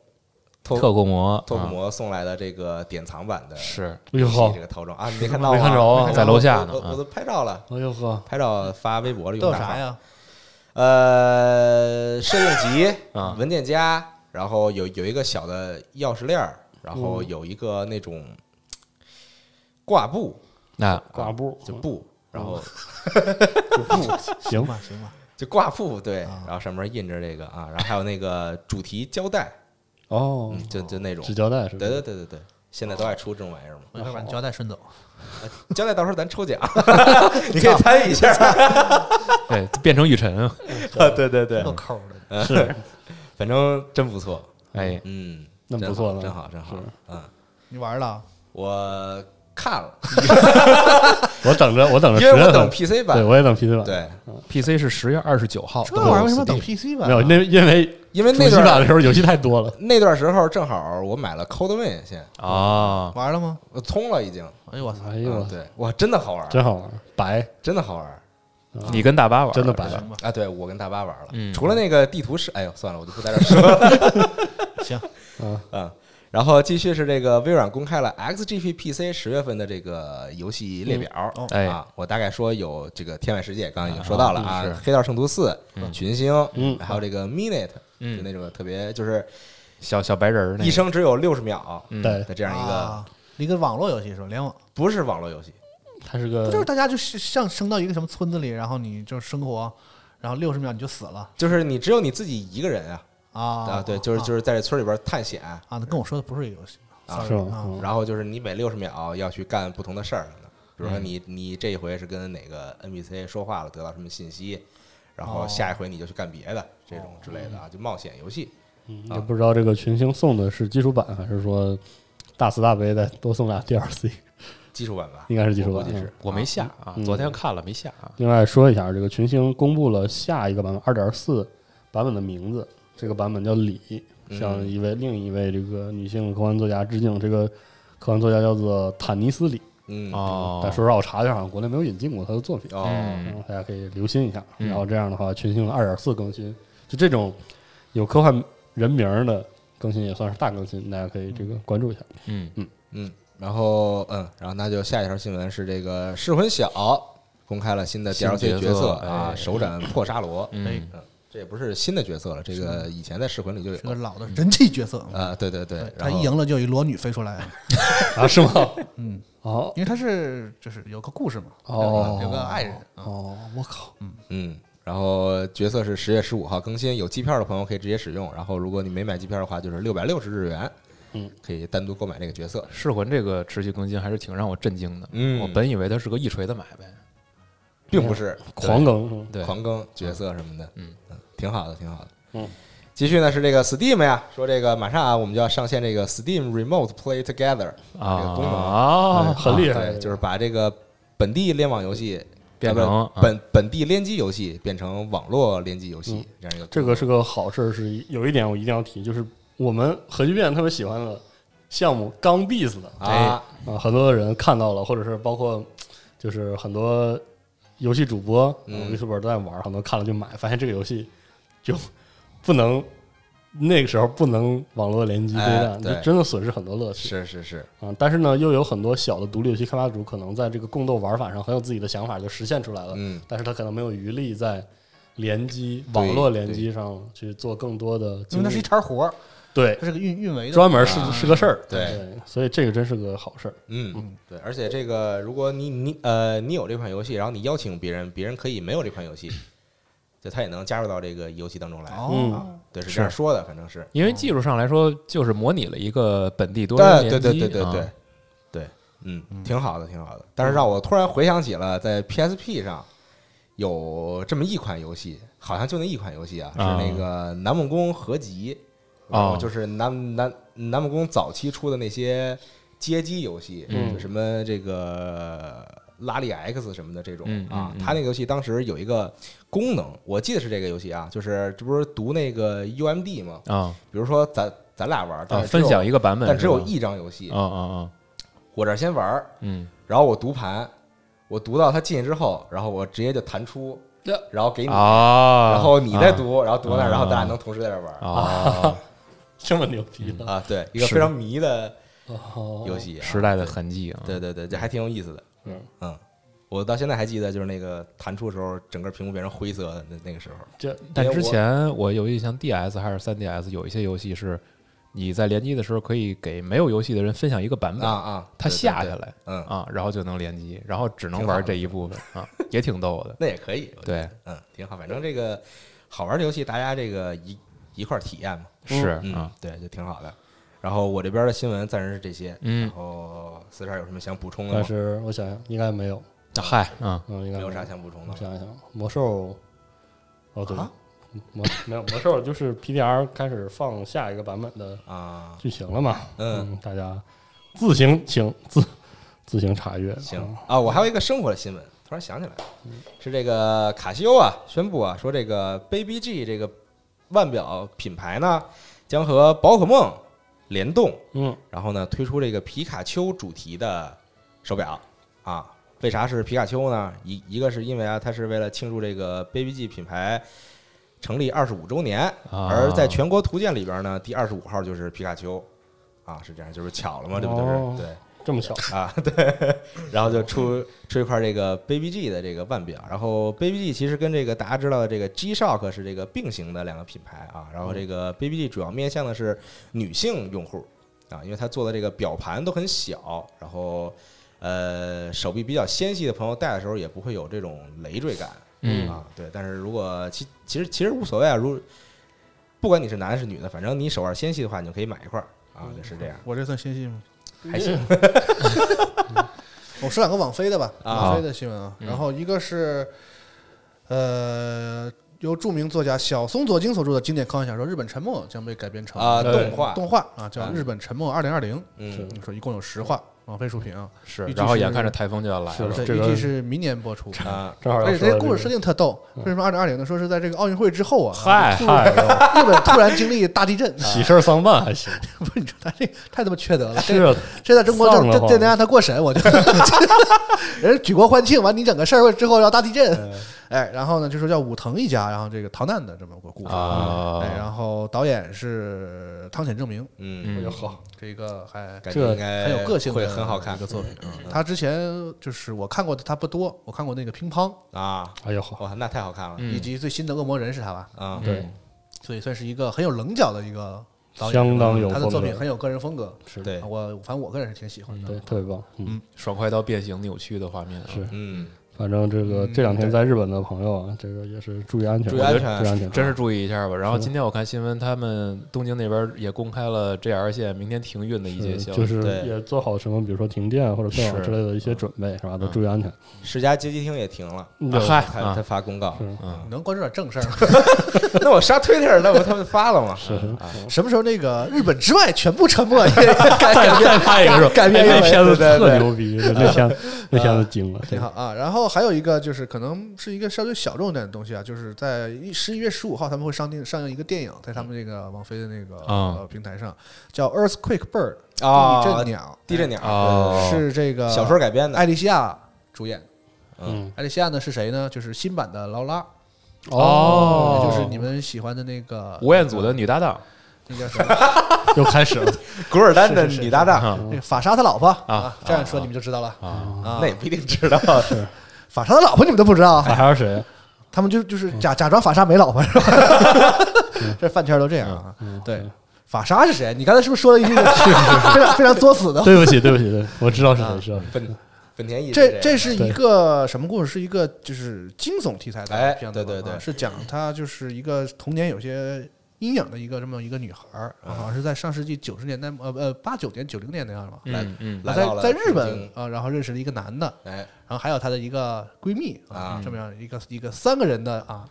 特
特库摩
特库
啊
摩送来的这个典藏版的
嗯是
哎呦呵
这个套装啊，你没看到
没看着啊
啊，
在楼下呢
我我我都拍照了，
哎呦呵，
拍照发微博了，
都
用
有
大
啥
号
呀？
呃，摄像集
啊
文件夹，然后有有一个小的钥匙链儿，然后
嗯
有一个那种挂布，
那
挂布
就布，然
嗯
后
就布 行
吧，行吧。
就挂布对，
啊
然后上面印着这个啊，然后还有那个主题胶带，
哦，
嗯就就那种
纸胶哦带是吧
对对对对对，现在都爱出这种玩意儿嘛。
我一会儿把你胶带顺走。
呃胶带到时候咱 抽奖，你可以参与一下。
对变成雨辰啊，
啊，对对对，
够抠的
嗯
是，
反正真不错，
哎
嗯，
那
真
不错
好
了
真好，真好，嗯，
你玩了？
我看了，
我等 着，我等着
因
十
为
月份，
我等 PC 版，
对，我也等 PC 版，
对，
，PC 是十月二十九号，
这玩意儿为什么等 PC 版啊？
没有，那因为
因为那
主机
段
版的时候游戏太多 了，
那段时候正好我买了 Cold Win，现在
啊，
玩了吗？
我通了已经，
哎呦我操！
哎呦
嗯，，对，哇，真的好玩，
真好玩，白
真的好玩
你跟大巴玩儿
真的白，
啊！对我跟大巴玩了，
嗯
除了那个地图是，哎呦，算了，我就不在这儿说了。
行，
嗯
嗯，然后继续是这个微软公开了 XGP PC 十月份的这个游戏列表，
哎
啊，我大概说有这个《天外世界》，刚刚已经说到了
啊
啊
嗯是，
《黑道圣徒四》、《群星》，
嗯
还有这个 Minute，
嗯
就那种特别就是
小小白人儿那个
一生只有六十秒
嗯
对
的这样一个，
啊，一个网络游戏是吧？联网
不是网络游戏，
它是
呃
不就是
个
大家就是像升到一个什么村子里，然后你就生活，然后六十秒你就死了
就是你只有你自己一个人啊
啊
啊，对，就是
啊
就是在这村里边探险，
啊，那跟我说的不是一个游戏
啊
，sorry，
是吗
啊
嗯
然后就是你每六十秒要去干不同的事儿，比如
嗯
说你你这一回是跟哪个 NPC 说话了，得到什么信息，然后
哦
下一回你就去干别的这种之类的啊，就冒险游戏。
嗯也不知道这个群星送的是基础版还是说大慈大悲再多送俩 DLC。
基础版吧
应该是基础版，
我估计是
嗯
我没下啊
嗯
昨天看了没下啊
另外说一下，这个群星公布了下一个版本二点四版本的名字，这个版本叫李，
嗯
向一位另一位这个女性科幻作家致敬。这个科幻作家叫做坦尼斯李，
嗯
哦
但说实话，我查了一下，好像国内没有引进过他的作品，
哦
嗯大家可以留心一下。
嗯
然后这样的话，群星二点四更新，就这种有科幻人名儿的更新也算是大更新，大家可以这个关注一下。
嗯
嗯
嗯，然后嗯，然后那就下一条新闻是这个噬魂小公开了新的
新
DLC
角色
色啊，
哎
首斩破沙罗。
嗯
嗯，这也不是新的角色了，这个以前在噬魂里就有
是个老的人气角色
啊，对对对，
他
然
一
后
赢了就有一裸女飞出来
啊是 吗
嗯，
哦，
因为他是就是有个故事嘛，
哦
有个有个爱人，
哦，我靠，
嗯，
嗯，然后角色是十月十五号更新，有机票的朋友可以直接使用。然后如果你没买机票的话，就是六百六十日元，
嗯，
可以单独购买这个角色。
噬魂这个持续更新还是挺让我震惊的。
嗯
我本以为它是个一锤子买卖，
并不是
狂
更是吗
对
狂更角色什么的，嗯挺好的，挺好的。
嗯，
继续呢是这个 Steam 呀，说这个马上啊，我们就要上线这个 Steam Remote Play Together
啊
这个功能
啊
嗯
很厉害
对，就是把这个本地联网游戏
变成
呃
啊
不本本地联机游戏变成网络联机游戏
嗯
这样一个
这个是个好事儿，是有一点我一定要提，就是我们核聚变特别喜欢的项目刚 bis 的
啊
啊，很多人看到了，或者是包括就是很多游戏主播、呃
嗯
YouTuber 都在玩儿，很多看了就买，发现这个游戏就不能那个时候不能网络联机对
哎
战，
对
就真的损失很多乐趣。
是是是，
啊，但是呢，又有很多小的独立游戏开发组可能在这个共斗玩法上很有自己的想法，就实现出来了。
嗯，
但是他可能没有余力在联机、
对
网络联机上去做更多的精力，
因为它是一摊活儿
对，
它是个运运维的
专门是、
啊
是个事儿，
对
所以这个真是个好事儿。
嗯，对，而且这个，如果你你呃你有这款游戏，然后你邀请别人，别人可以没有这款游戏，就他也能加入到这个游戏当中来。
哦
啊对，是这样说的，反正是。
因为技术上来说，就是模拟了一个本地多
对
人联
对对
机
对对
啊
对对，嗯，挺好的，挺好的。但是让我突然回想起了在 PSP 上有这么一款游戏，好像就那一款游戏啊，是
啊
那个《南梦宫合集》，
哦
然后就是南南南梦宫早期出的那些街机游戏，
嗯
就什么这个。拉力 X 什么的这种
嗯
啊
嗯嗯，
它那个游戏当时有一个功能，我记得是这个游戏啊，就是这不是读那个 UMD 吗？
啊
比如说咱咱俩玩，但
啊，
是只有
分享一个版本，
但只有
是吧
一张游戏
啊啊啊，
我这儿先玩儿，
嗯，
然后我读盘，我读到它进去之后，然后我直接就弹出，然后给你，嗯
啊
然后你再读，
啊
然后读到那儿，
啊
然后咱俩能同时在这儿玩儿
啊，
这么牛逼的
啊！对，一个
是
非常迷的
哦
游戏啊，
时代的痕迹啊，
对对对，这还挺有意思的。
嗯
嗯，我到现在还记得，就是那个弹出的时候，整个屏幕变成灰色的那那个时候。
这
但
因为
之
我
前我有印象，DS 还是 3DS 有一些游戏是你在联机的时候可以给没有游戏的人分享一个版本
啊啊
它
对对
下
对
下来，
嗯
啊，然后就能联机，然后只能
挺好
玩这
的
一部分啊，也挺逗的。
那也可以，我觉
对
得，嗯，挺好。反正这个好玩的游戏，大家这个一一块儿体验嘛，
是
嗯
啊
对，就挺好的。然后我这边的新闻暂时是这些，
嗯
然后四十二有什么想补充的
但啊
吗？
是我想想，应该没有。
嗨，嗯
嗯，应该
没有
没
啥想补充的
我
了
想一想，魔兽，哦对，
啊
魔没有魔兽就是 PDR 开始放下一个版本的
啊
剧情了嘛？
嗯
大家自行请自自行查阅。
行啊，我还有一个生活的新闻，突然想起来了，是这个卡西欧啊宣布啊，说这个 Baby G 这个腕表品牌呢将和宝可梦联动，
嗯，
然后呢推出这个皮卡丘主题的手表啊。为啥是皮卡丘呢？一一个是因为啊，它是为了庆祝这个 Baby G 品牌成立二十五周年，
啊
而在全国图鉴里边呢，第二十五号就是皮卡丘啊，是这样，就是巧了嘛，这不就是、
哦
对。
这么巧
啊，对，然后就出出一块这个 Baby G 的这个腕表，然后 Baby G 其实跟这个大家知道的这个 G Shock 是这个并行的两个品牌啊，然后这个 Baby G 主要面向的是女性用户啊，因为它做的这个表盘都很小，然后呃手臂比较纤细的朋友戴的时候也不会有这种累赘感，
嗯
啊，对，但是如果其其实其实无所谓啊，如不管你是男的是女的，反正你手腕纤细的话，你就可以买一块儿啊，就是这样。
我这算纤细吗？
还行。
嗯
我说两个网飞的吧，
啊
网飞的新闻啊。
嗯
然后一个是，呃，由著名作家小松左京所著的经典科幻小说《日本沉没》将被改编成
啊
对
动画
动画啊，叫
啊
《日本沉没二零二零》。
嗯，
说一共有十话，王菲书评啊，
是
预计
然后眼看着台风就要来了
对
这个
预计是明年播出
啊正好要
而且这
说
些
到
故事
这个
设定特逗，为什么二零二零呢？说是在这个奥运会之后啊，
嗨
突然
嗨
日本 突然经历大地震，啊
喜事儿丧办还 行，
不是你说他这太他妈 缺德了，
是
这
啊
这在中国
丧
这
了
这
慌
这能让他过审，我就 人家举国欢庆完，你整个事儿之后要大地
嗯
震，哎，然后呢就说叫武藤一家，然后这个逃难的这么个故事
啊
哎，然后导演是汤浅正明，
嗯
哎呦
嗯
好，这个还
感觉应该
很有个性的
呃会很好看
一个作品
嗯
啊。他之前就是我看过的，他不多，我看过那个乒乓，
啊，
哎呦，
哇，那太好看了，
以及最新的恶魔人是他吧？
啊，
对，
所以算是一个很有棱角的一个导演，嗯
相当有
他的作
风
品
格
很有个人风格，是
对
我反正我个人是挺喜欢的。
对，特别棒，嗯，
爽快到变形扭曲的画面啊，
是
嗯，
反正这个
嗯
这两天在日本的朋友啊，这个也是注意安全，
注
注
意
安
安
注意安全，啊
全，真是注意一下吧。然后
是
今天我看新闻，他们东京那边也公开了 JR 线明天停运的一些
是
消息，
嗯就是
对
也做好什么，比如说停电或者断网之
是
类的一些准备，是吧？都注意安全。
世家街机厅也停了
嗯，
啊
对
他他发公告，嗯，
能关注点正事儿吗？
那我刷 Twitter，那不他们发了吗？啊
什么时候那个日本之外全部沉默？再
再再拍一个是吧？
改编
哎
一
那
回
片子
对对
特
对
牛逼，就那片那片子惊了，
挺好啊。然后还有一个就是可能是一个稍微小众一点的东西啊，就是在十一月十五号他们会上映上映一个电影，在他们这个网飞的那个、
啊
呃平台上，叫《Earthquake Bird》
啊
地震鸟，
地震鸟
哎
哦
是这个哎
小说改编的
艾莉西亚主演。
嗯，
艾莉西亚呢是谁呢？就是新版的劳拉。
哦
也就是你们喜欢的那个
吴彦祖的女搭档，
那叫什么？
又开始 了。
古尔丹的
是是是
女搭档
那个法沙他老婆
啊
这样说你们就知道了啊
那也不一定知道，是
法沙他老婆你们都不知道啊？
法沙是谁？
他们就就是假假装法沙没老婆是吧？这饭圈都这样啊。对，法沙是谁？你刚才是不是说了一句非常非常作死的？
对不起，对不起，对不起，我知道是
啊
谁，知道是谁
本本田一
这
这
这是一个什么故事？是一个就是惊悚题材
哎
的片子吧，
对对对
啊是讲她就是一个童年有些阴影的一个这么一个女孩儿，
嗯
好像是在上世纪九十年代呃呃八九年九零年那样吧，
嗯
来
嗯
啊
来
在
到了
在日
北
本
京
啊，然后认识了一个男的，
哎，
然后还有她的一个闺蜜
啊
这么样一个一个三个人的啊。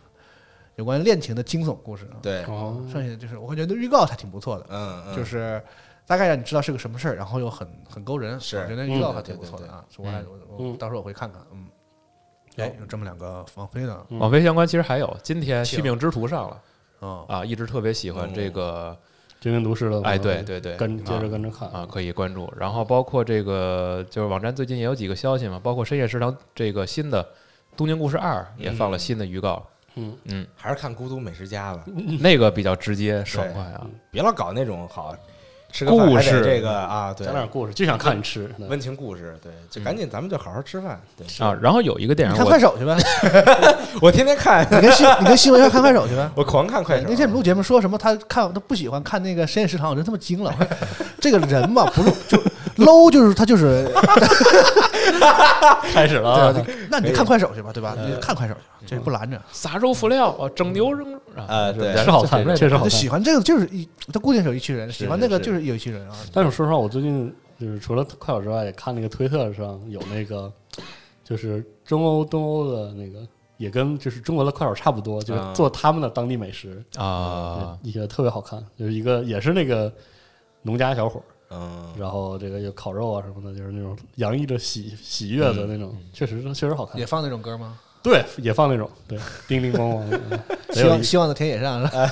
有关恋情的惊悚故事啊，
对
哦
剩下的就是我感觉那预告还挺不错的，
嗯嗯
就是大概让你知道是个什么事儿，然后又很很勾人，啊
是
我觉得
嗯
预告还
对
挺不
对
错的
对
啊，
对
我还
嗯
我我到时候我会看看，嗯，哎，有这么两个王菲的，
网飞相关其实还有，今天《
行
续命之徒》上了，
哦
啊，一直特别喜欢
嗯
这个
《绝命毒师》了
哎，对对对，
跟接着跟着看
啊啊，可以关注。然后包括这个，就是网站最近也有几个消息嘛，包括深夜食堂这个新的《东京故事二》也放了新的预告，
嗯
嗯，
还是看《孤独美食家》吧，
那个比较直接
对嗯
爽快啊，
别老搞那种好吃个饭
故
还得
事
这个啊，对，
讲点故事就想看你吃对
温情故事，对，就赶紧咱们就好好吃饭，对
啊。然后有一个电影
你
我，
看快手去 呗，
我天天看，
你跟新你跟新闻上看快手去 啊呗，
我狂看快手
那天你们录节目说什么？他看他不喜欢看那个深夜食堂，我真他妈惊了。 我说这个人吧，不是就 low，就是他就是
开始了啊
呃
对吧那你就看快手去吧，对嗯吧？你就看快手去吧，这不拦着。
撒肉辅料啊，整牛扔
啊，对，
是好看确实好看
就喜欢这个就是一，他固定有一群人，喜欢那个就是有一群人啊。
但是说实话，我最近就是除了快手之外，也看那个推特上有那个，就是中欧、东欧的那个，也跟就是中国的快手差不多，就是
啊
做他们的当地美食
啊，
也特别好看，就是一个也是那个农家小伙儿。
嗯，
啊
然后这个有烤肉啊什么的，就是那种洋溢着喜喜悦
嗯
的那种，确实确实好看。
也放那种歌吗？
对，也放那种对，叮叮咣咣的， 嗯
希望希望的田野上是吧？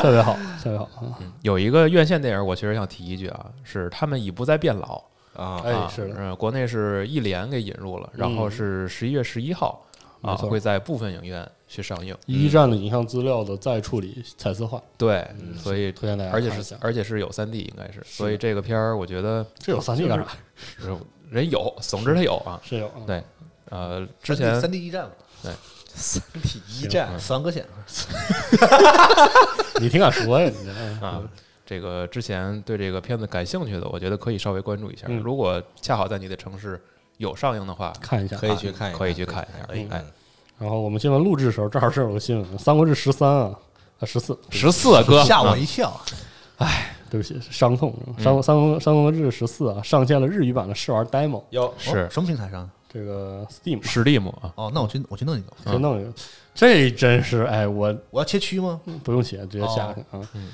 特别好，特别好。嗯
有一个院线电影，我其实想提一句啊，是他们已不再变老
啊
哎是的
嗯，国内是一连给引入了，然后
嗯
是十一月十一号啊，
没错
会在部分影院去上映。
一战的影像资料的再处理、彩色化，
对，所以
推荐大家
而且
看一
是
下
而且是有三 D，应该是，所以
的
这个片儿我觉得
这有 3D 哦干啥？
就是人有，总之他有啊，
是有啊
对，呃，之前嗯
三 D 一战嘛，哎
对，
三 D 一战
三个险，
你挺敢说呀，你嗯
啊。这个之前对这个片子感兴趣的，我觉得可以稍微关注一
嗯
下。如果恰好在你的城市有上映的话，
看一下
可以去看一嗯下
可以去看一下。
可以看
哎，
然后我们新闻录制的时候，正好是有个新闻，《三国志》十三啊，啊十四，
14啊哥吓我一
跳。啊
哎，对不起，伤痛。
嗯
三国三国三国志十四啊，上线了日语版的试玩 demo。
有
是
哦什么平台上？
这个 Steam
Steam 啊。
哦，
那我去我去弄一个，
就
嗯
弄一个。这真是哎，我
我要切区吗？
不用切，直接下去啊
哦嗯。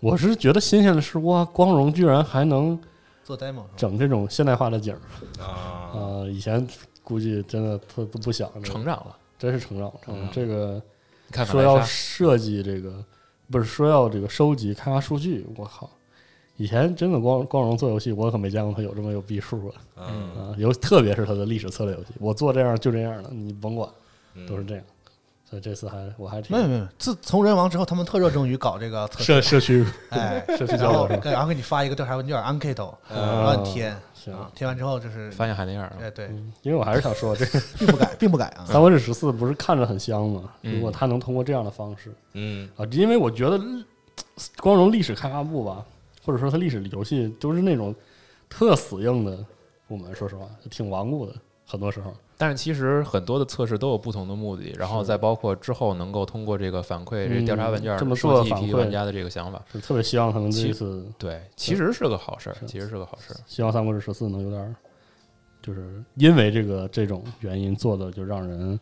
我是觉得新鲜的是哇，光荣居然还能
做 demo
整这种现代化的景儿啊、以前估计真的他都不想
成长了，
真是成长了。成长了这个
看看
说
白
要
鲨
设计这个，不是说要这个收集开发数据，我靠！以前真的光光荣做游戏，我可没见过他有这么有逼数啊！
嗯
啊，尤特别是他的历史策略游戏，我做这样就这样了，你甭管，都是这样。所以这次还我还挺
没有没有，自从人王之后，他们特热衷于搞这个测试
社社区
哎，
社区交
然后
流是吧
然后给你发一个调查问卷 anket，
嗯
然后你填
行
啊，填完之后就是
发现还那样啊
哎，对，
嗯因为我还是想说，这个
并不改并不改 啊
三国志十四不是看着很香吗？
嗯
如果他能通过这样的方式，
嗯
啊，因为我觉得嗯光荣历史开发部吧，或者说它历史游戏都是那种特死硬的部门，说实话挺顽固的，很多时候。
但是其实很多的测试都有不同的目的，然后
是
再包括之后能够通过这个反馈、这
嗯
调查问卷
这么
收
做
集一
反
批
馈
玩家的这个想法，
是特别希望他们这
其
一次
对，其实是个好事儿，其实是个好事儿。
希望《三国志十四》能有点儿，就是因为这个这种原因做的就让人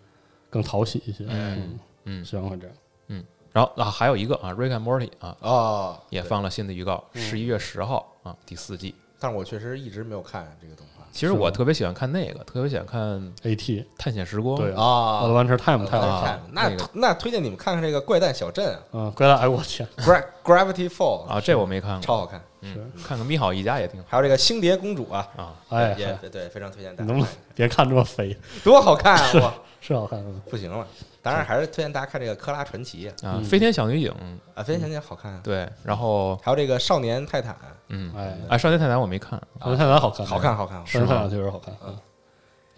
更讨喜一些。
嗯嗯，
希望会这样。
嗯，然后啊，还有一个啊，《Rick and Morty》啊，
哦，
也放了新的预告，十一月十号啊，第四季。
但是我确实一直没有看这个动画。
其实我特别喜欢看那个，特别喜欢看
AT
探险时光
对
啊
Adventure Time 嗯太好看
啊
了
那
那个
那推荐你们看看这个《怪诞小镇》啊
嗯，怪诞，哎我天，
Gra-，Gravity Fall
啊，这我没看过，
超好看，
嗯，看看《密好一家》也挺好。
还有这个《星蝶公主》啊
啊
哎
也
嗨
对，非常推荐大
你
家
能不
看
能。别看这么肥？
多好看啊
是
哇
是好看吗？
不行了，当然还是推荐大家看这个《科拉传奇》
啊，飞天小女警
啊，飞天小女警好看啊
对，然后
还有这个《少年泰坦》，
嗯，
哎
啊，少年泰坦我没看，
少年泰坦好看，嗯
好看好看
少年泰
是吗
坦确实好看。嗯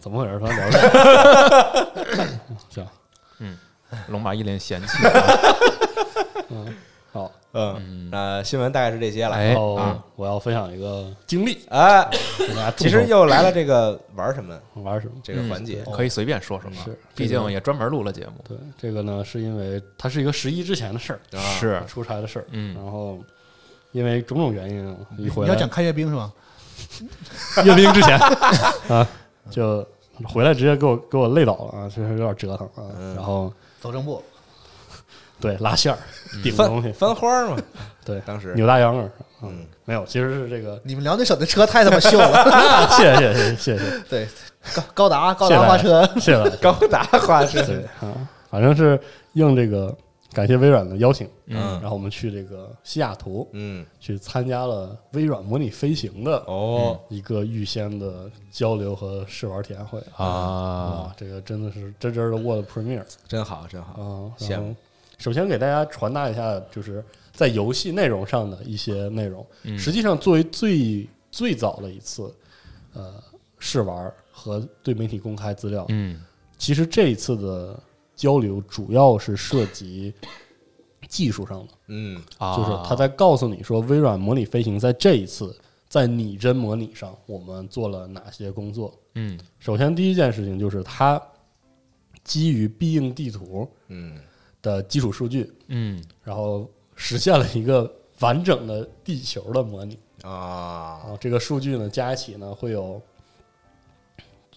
怎么回事？突然聊这 行，
嗯，龙马一脸嫌弃。
嗯，好，
嗯，那新闻大概是这些了。
哎
然后
啊，
我要分享一个经历
哎
给大家，吐槽
其实又来了这个玩什么
玩什么
这个环节
嗯，对
可以随便说说嘛
是，
毕竟也专门录了节目。
对，这个呢，是因为它是一个十一之前的事儿，
是
啊
出差的事儿。
嗯，
然后因为种种原因啊，一回
你
来
要讲看阅兵是吗？
阅兵之 前啊，就回来直接给我给我累倒了啊，确实有点折腾啊。
嗯
然后
走正步，
对拉线儿顶
翻
东西，
翻花 儿嘛，
对，
当时
扭大秧歌儿，
嗯，
没有，其实是这个
你们辽宁省的车太他妈 秀了，
谢谢谢谢谢谢。
对，高高达 高
谢谢
达
大
花
家
车，
谢谢大家
高达花车
对啊，反正是应这个感谢微软的邀请，
嗯
然后我们去这个西雅图，
嗯，
去参加了微软模拟飞行的
哦
一个预先的交流和试玩体验会
嗯
啊
哇这个真的是真真的 World Premiere，
真好真好
啊，
羡慕。
首先给大家传达一下，就是在游戏内容上的一些内容。
嗯
实际上，作为最最早的一次，呃，试玩和对媒体公开资料，
嗯，
其实这一次的交流主要是涉及技术上的，
嗯
啊
就是他在告诉你说，微软模拟飞行在这一次在拟真模拟上，我们做了哪些工作。
嗯，
首先第一件事情就是它基于必应地图，
嗯，
的基础数据，
嗯，
然后实现了一个完整的地球的模拟
啊。
然后这个数据呢加一起呢会有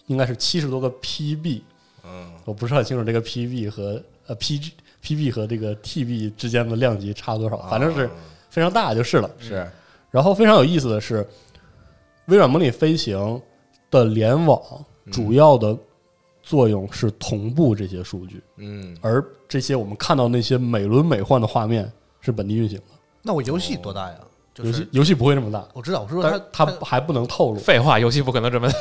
应该是七十多个 PB，
嗯，
我不是很清楚这个 PB 和呃 PG PB 和这个 TB 之间的量级差多少，反正是非常大就是了。
是，
然后非常有意思的是，微软模拟飞行的联网主要的作用是同步这些数据，
嗯
而这些我们看到那些美轮美奂的画面是本地运行的。
那我游戏多大呀？就
游
是
戏游戏不会这么大，
我知道我说
但是
它
它还不能透露。
废话，游戏不可能这么大，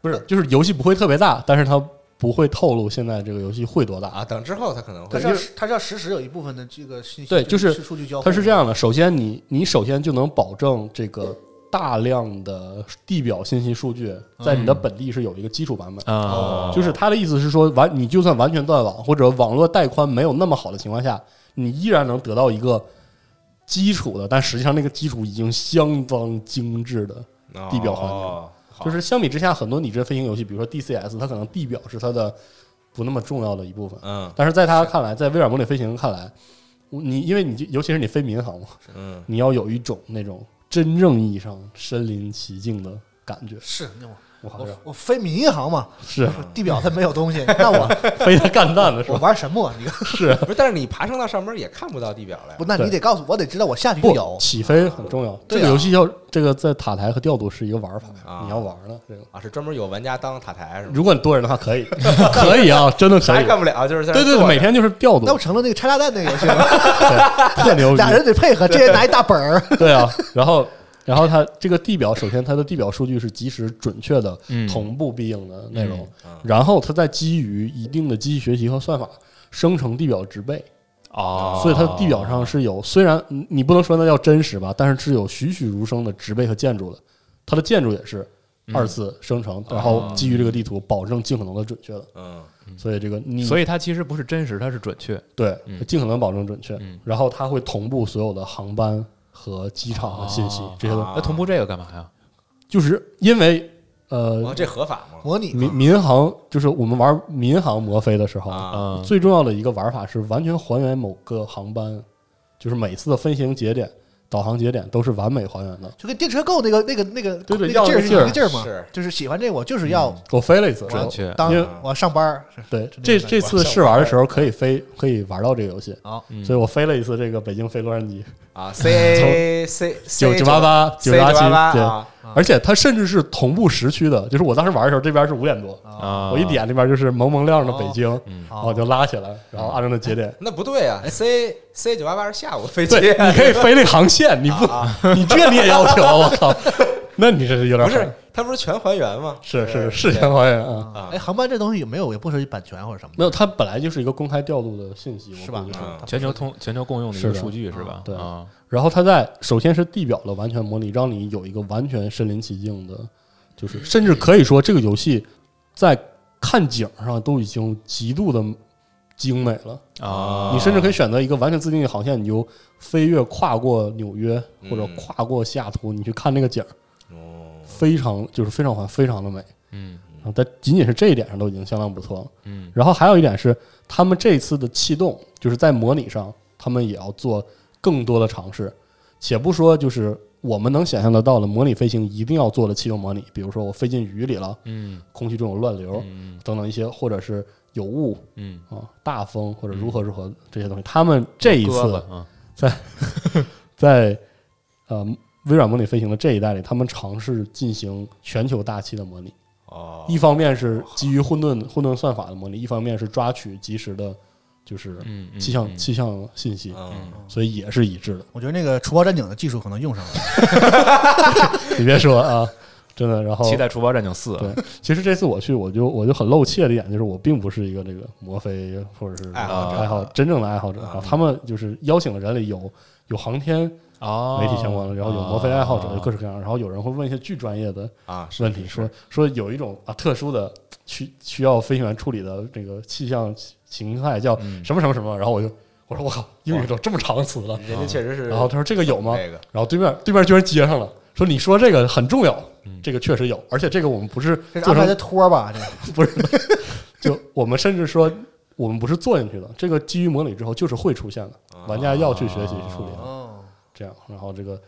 不是，就是游戏不会特别大，但是它不会透露现在这个游戏会多大
啊。等之后它可能
它
会
是要它是要实时有一部分的这个信息，
对，就是
数据交互，
它是这样的。首先你，你首先就能保证这个大量的地表信息数据在
嗯
你的本地是有一个基础版本。
嗯哦
就是他的意思是说，完你就算完全断网或者网络带宽没有那么好的情况下，你依然能得到一个基础的，但实际上那个基础已经相当精致的地表环境。
哦好
就是相比之下，很多拟真飞行游戏，比如说 DCS，它可能地表是它的不那么重要的一部分。
嗯
但是在他看来，在微软模拟飞行看来，嗯你因为你就尤其是你飞民航嘛，
嗯
你要有一种那种真正意义上身临其境的感觉。
是那种
我好
我
像
我非民银行嘛，
是
地表它没有东西，那我
非得干蛋的是吧
我玩什么？啊你
是
不是？但是你爬升到上边也看不到地表了呀。
不，那你
对
得告诉我，得知道我下去就
不
有。
起飞很重要。这
对啊
个游戏要这个在塔台和调度是一个玩法，你要玩了这个
啊，是专门有玩家当塔台是吗？
如果你多人的话可以，可以啊，真的可
啥
以
也。干不了，就是在那
对对对，
坐着
每天就是调度
那，不成了那个拆炸弹那个游戏了？
特牛逼。
俩人得配合，这人拿一大本儿。
对啊，然后然后它这个地表，首先它的地表数据是及时准确的
嗯
同步必应的内容，
嗯
然后它再基于一定的机器学习和算法生成地表植被。
哦
所以它的地表上是有，虽然你你不能说那叫真实吧，但是是有栩栩如生的植被和建筑的。它的建筑也是
嗯
二次生成，
哦
然后基于这个地图，保证尽可能的准确的。
嗯，
所以这个你，
所以它其实不是真实，它是准确。
对
嗯，
尽可能保证准确
嗯。
然后它会同步所有的航班和机场的信息
哦，
这些东西
那同步这个干嘛呀？
就是因为呃
哦，，这合法吗？
模拟
民民航就是我们玩民航摩飞的时候，
啊
最重要的一个玩法是完全还原某个航班，就是每次的飞行节点、导航节点都是完美还原的。
就跟电车购那个那个那个
对对
那
要
个劲儿
那
是一
劲儿
个劲儿嘛
是，
就是喜欢这个，我就是要
我飞了一次，
准确
当
因为
我上班 儿。
对
是
这
种
这
感
次
觉
试玩的时候可以飞，可以玩到这个游戏，
好
嗯
所以我飞了一次这个北京飞洛杉矶，
啊，C A C
九九八八
九
八
八八
七，对
啊，
而且它甚至是同步时区的，就是我当时玩的时候，这边是五点多，
啊，
我一点那边就是蒙蒙亮的北京，
哦
嗯
然后我就拉起来，然后按照那节点
那不对啊，C C 九八八是下午飞 机，啊
对，你可以飞那航线，你不， 你这你也要求，我靠，那你这是有点
不
狠
是，它不是全还原吗？
是是是全还原啊，
啊哎，航班这东西有没有也不涉及版权或者什么的？
没有，它本来就是一个公开调度的信息，我
是吧啊
估计是
嗯
全球通全球共用的一
是
个
的
数据是吧？
对
啊，
然后它在首先是地表的完全模拟，让你有一个完全身临其境的，就是甚至可以说这个游戏在看景上都已经极度的精美了。
啊，
你甚至可以选择一个完全自定义的航线，你就飞跃跨过纽约或者
嗯
跨过西雅图，你去看那个景儿，
哦，
非常就是非常环，非常的美。
嗯
啊，但仅仅是这一点上都已经相当不错了。
嗯
然后还有一点是，他们这次的气动，就是在模拟上，他们也要做更多的尝试。且不说就是我们能想象得到的模拟飞行一定要做的气动模拟，比如说我飞进雨里了，
嗯
空气中有乱流
嗯
等等一些，或者是有雾
嗯，
啊、大风或者如何如何这些东西，他们这一
胳
次
膊啊，
在呃微软模拟飞行的这一代里，他们尝试进行全球大气的模拟。
哦，
一方面是基于混沌混沌算法的模拟，一方面是抓取及时的，就是
嗯嗯
气象、
嗯
气象信息，
嗯，
所以也是一致的。
我觉得那个除暴战警的技术可能用 上了。
你别说啊，真的。然后
期待《除暴战警四》啊
对，其实这次我去，我就我就很露怯的一点就是，我并不是一个这个摩飞或者是
爱好者
爱好真正的爱好者
啊
啊。他们就是邀请的人里有有航天
哦，
媒体相关的，然后有摩飞爱好者，
啊
有各式各样的。然后有人会问一些巨专业的
啊，是
问题，说说有一种啊特殊的需需要飞行员处理的这个气象形态叫
嗯
什么什么什么，然后我就我说我靠，英语都这么长词了，
人家确实是，
然后他说这个有吗？
这个
然后对面对面居然接上了，说你说这个很重要，这个确实有，而且这个我们不是
这是
做
安排的
成
托儿吧？这个
不是，就我们甚至说我们不是做进去的，这个基于模拟之后就是会出现的，玩家要去学习去处理的。
哦，
这样，然后这个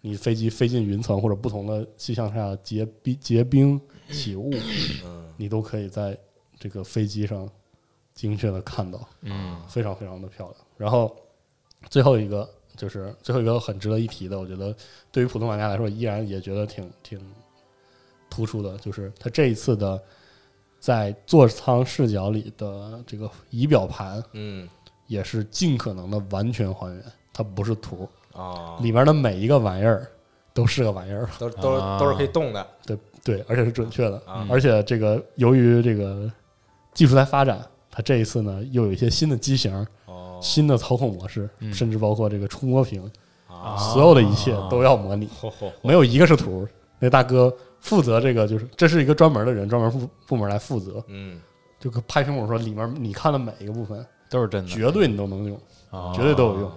你飞机飞进云层或者不同的气象下结冰、结冰、起雾，你都可以在这个飞机上精确的看到，
嗯
非常非常的漂亮。然后最后一个就是最后一个很值得一提的，我觉得对于普通玩家来说，依然也觉得挺挺突出的，就是它这一次的在座舱视角里的这个仪表盘
嗯
也是尽可能的完全还原，它不是图。
哦，
里面的每一个玩意儿都是个玩意儿，
都都
啊
都是可以动的
对对，而且是准确的，
啊
而且这个由于这个技术在发展，它这一次呢又有一些新的机型、
哦
新的操控模式，
嗯
甚至包括这个触摸屏，
啊，
所有的一切都要模拟，
嚯嚯，
没有一个是图。那大哥负责这个，就是这是一个专门的人，专门部部门来负责，
嗯，
就跟拍屏幕说里面你看的每一个部分，
都是真的，
绝对你都能用。
啊
绝对都有用。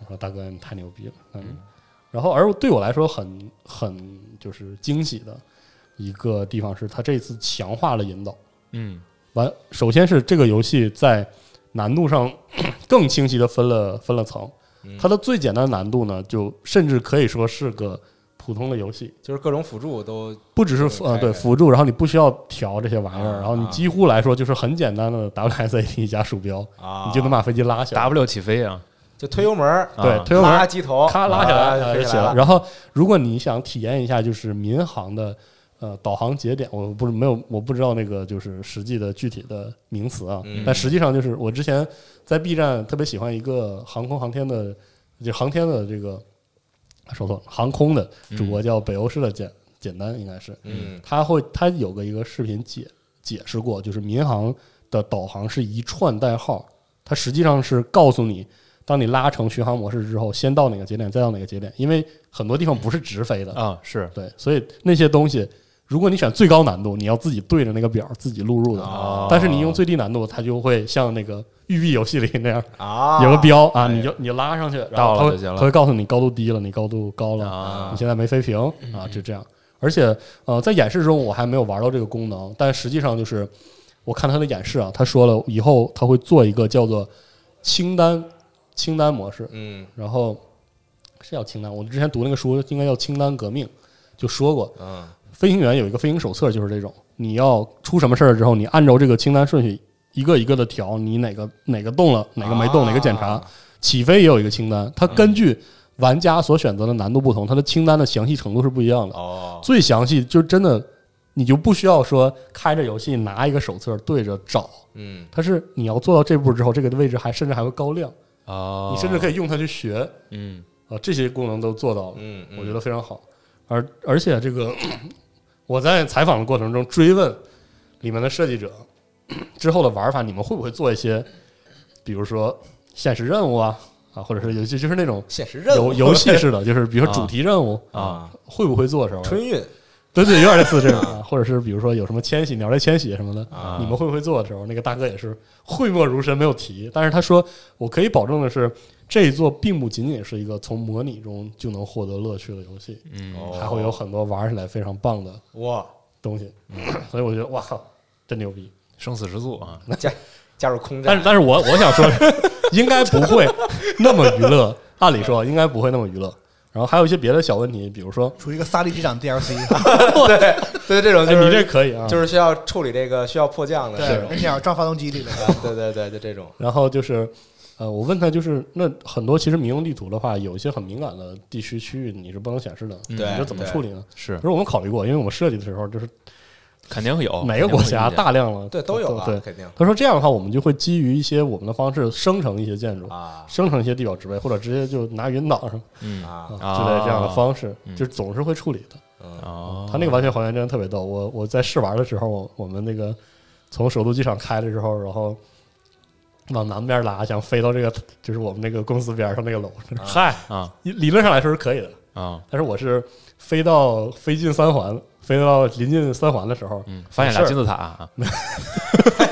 我说大哥，你太牛逼了，嗯。然后，而对我来说很很就是惊喜的一个地方是，他这次强化了引导。
嗯
完，首先是这个游戏在难度上 更清晰的分了分了层，它的最简单难度呢，就甚至可以说是个普通的游戏，
就是各种辅助都
不只是辅啊对辅助，然后你不需要调这些玩意儿，然后你几乎来说就是很简单的 WSAT 加鼠标，
啊
你就能把飞机拉起来。
W 起飞啊，
就推油门儿，
对
啊，
推油门
拉机头，
咔拉起来，
啊
拉
飞
起
起来
来。
了。
然后，如果你想体验一下就是民航的呃导航节点，我不是没有我不知道那个就是实际的具体的名词啊，
嗯
但实际上就是我之前在 B 站特别喜欢一个航空航天的就航天的这个说错了，航空的主播叫北欧式的简、简单应该是，
嗯
他会他有个一个视频解解释过，就是民航的导航是一串代号，它实际上是告诉你，当你拉成巡航模式之后，先到哪个节点，再到哪个节点，因为很多地方不是直飞的
啊，是
对，所以那些东西。如果你选最高难度，你要自己对着那个表自己录入的，
哦
但是你用最低难度，它就会像那个育碧游戏里那样
啊
有个标啊，你就你拉上去，然后
哎到
它
了
会
就行了
它会告诉你高度低了，你高度高了，你现在没飞平
嗯
啊，就这样。而且呃，在演示中我还没有玩到这个功能，但实际上就是我看他的演示啊，他说了以后他会做一个叫做清单清单模式，
嗯，
然后是叫清单，我之前读那个书应该叫《清单革命》，就说过，
嗯，
飞行员有一个飞行手册，就是这种，你要出什么事儿之后，你按照这个清单顺序一个一个的调，你哪个哪个动了，哪个没
啊
动，哪个检查。起飞也有一个清单，它根据玩家所选择的难度不同，它的清单的详细程度是不一样的。
哦，
最详细就真的你就不需要说开着游戏拿一个手册对着找，
嗯，
它是你要做到这步之后，这个位置还甚至还会高亮，
哦
你甚至可以用它去学。
嗯
啊，这些功能都做到了，
哦嗯，
我觉得非常好。而而且这个我在采访的过程中追问里面的设计者之后的玩法，你们会不会做一些，比如说现实任务啊啊，或者是游戏就是那种
现实任务
游游 戏式的，就是比如说主题任务
啊，
会不会做什么
春运？
对对，有点类似这种 啊，或者是比如说有什么迁徙鸟类迁徙什么的
啊，
你们会不会做的时候，那个大哥也是讳莫如深，没有提。但是他说，我可以保证的是，这一座并不仅仅是一个从模拟中就能获得乐趣的游戏，
嗯
哦
还会有很多玩起来非常棒的
哇
东西。
嗯
所以我觉得，哇靠，真牛逼！
生死时速啊！
加加入空战，
但是，但是 我我想说，应该不会那么娱乐。按理说，应该不会那么娱乐。然后还有一些别的小问题，比如说，
出一个萨利机长 DLC，
对对这种就
哎
是
你这可以啊
就是需要处理这个需要迫降的这
对，
种
那鸟撞发动机里了。
啊，对对对，就这种
然后就是，呃，我问他就是，那很多其实民用地图的话，有一些很敏感的地区区域你是不能显示的，
对
你这怎么处理呢？
是
可是我们考虑过，因为我们设计的时候就是
肯定有
每个国家
哦肯定会有意见
大量了，
对都有啊
对，
肯定
他说这样的话，我们就会基于一些我们的方式生成一些建筑
啊，
生成一些地表植被，或者直接就拿云导上，
嗯
啊
之类这样的方式，
嗯
就是总是会处理的。
哦，
他那个完全还原真的特别逗。我我在试玩的时候，我我们那个从首都机场开的时候，然后往南边拉，想飞到这个就是我们那个公司边上那个楼。
嗨啊，
理论上来说是可以的
啊，
但是我是飞到飞进三环，飞到临近三环的时候，
嗯发现俩金字塔啊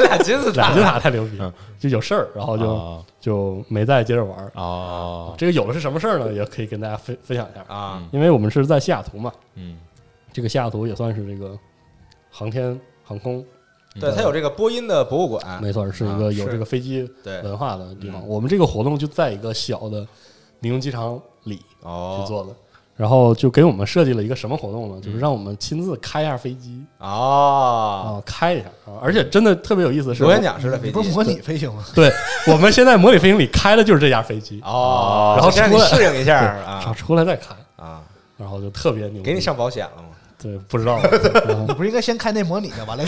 俩金字塔
俩金字塔太牛逼，
嗯
就有事儿，然后就
哦
就没再接着玩。
哦，
这个有的是什么事儿呢？也可以跟大家分分享一下
啊
因为我们是在西雅图嘛，
嗯，
这个西雅图也算是这个航天航空，
对，它有这个波音的博物馆，
嗯没错，是一
啊
个有这个飞机
对
文化的地方。
嗯
我们这个活动就在一个小的民用机场里
哦
去做的，然后就给我们设计了一个什么活动呢？
嗯
就是让我们亲自开一下飞机啊，
哦，
开一下啊，而且真的特别有意思，是
螺旋桨式的飞
你
机，
不是模拟飞行吗？
对我们现在模拟飞行里开的就是这架飞机
哦
啊然后出
先
来
让你适应一下
对然
啊
后出来再开
啊，
然后就特别牛，
给你上。保险了吗？
对，不 知道
你不是应该先开那模拟的，完 了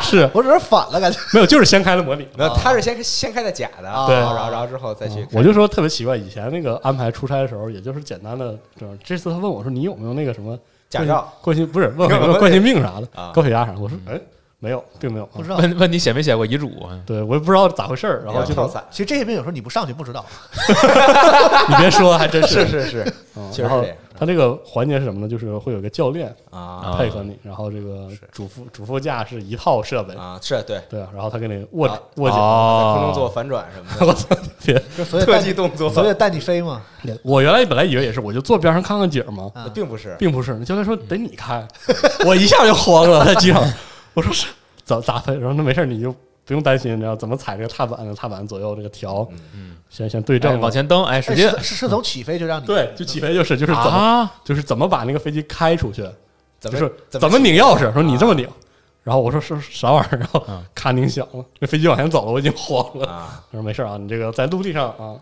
是
我有点反了，感觉
没有，就是先开了模拟。
没有，他是先先开的假的，
啊对
然后然后之后再去
啊，我就说特别奇怪，以前那个安排出差的时候，也就是简单的这样。这次他问我说：“你有没有那个什么
驾照
冠心冠心不是问我有没
有没
有
有
冠心病啥的
啊，
高血压啥？”我说：“哎，没有，并没有。”不
知道
问问你写没写过遗嘱？啊
对我也不知道咋回事儿，然后就
跳伞，
其实这些病有时候你不上去不知道，
你别说，还真
是
是
是是
嗯
确实是
然后
这样
他这个环节是什么呢？就是会有一个教练
啊
配合你，然后这个主副主副驾是一套设备
啊，是对
对，然后他给你握
啊
握脚，
在空中做反转什么 的，
我操，别
就所以
特
带
技动作
所以带你飞嘛。
我原来本来以为也是，我就坐边上看看景儿嘛，
啊
并不 是，
并不是。那教练说得 你开，我一下就慌了，在机场，我说是咋咋分？然后那没事儿，你就不用担心，你知道怎么踩这个踏板，踏板左右这个调，
嗯
先先对正
嗯哎
了，
往前蹬哎使劲
哎是是从起飞就让你
对，就起飞就是就是怎么
啊
就是怎么把那个飞机开出去，
怎
就
么
是
怎么
怎么
起啊
拧钥匙，说你这么拧，然后我说是是啥玩意儿，然后
嗯
咔拧响了，那飞机往前走了，我已经慌了，他说没事儿啊，你这个在陆地上啊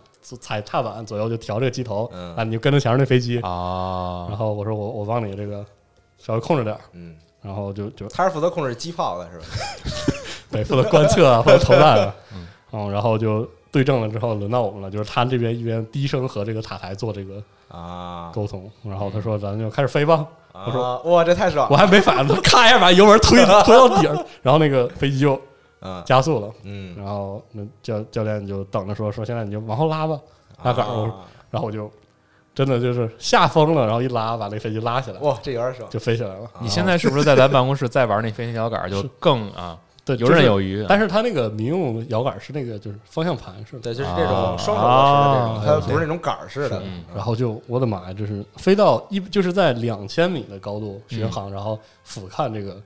踩踏板左右就调这个机头啊，你就跟着前面那飞机
啊，
然后我说我我帮你这个稍微控制点儿，
嗯，
然后就就
他是负责控制机炮的是吧？
对，负责观测啊，负责投弹啊。嗯，然后就对正了之后，轮到我们了，就是他这边一边低声和这个塔台做这个
啊
沟通，然后他说咱就开始飞吧。我说
啊，哇，这太爽了！
我还没反应呢，咔一下把油门推推到底儿，然后那个飞机就加速了。
嗯，
然后那教教练就等着说说现在你就往后拉吧，拉杆儿。我说然后我就真的就是吓疯了，然后一拉把那飞机拉起来，
哇，这有点爽，
就飞起来了。
你现在是不是在咱办公室再玩那飞行摇杆儿就是更啊？
对，
游
就
刃
是
有余啊。
但是它那个民用摇杆是那个就是方向盘式的，
对，就是这
啊
种双手
模
嗯
式的这种它不是
那种杆儿式的嗯
然后就我的妈呀，就是飞到一就是在两千米的高度巡航，然后俯瞰这个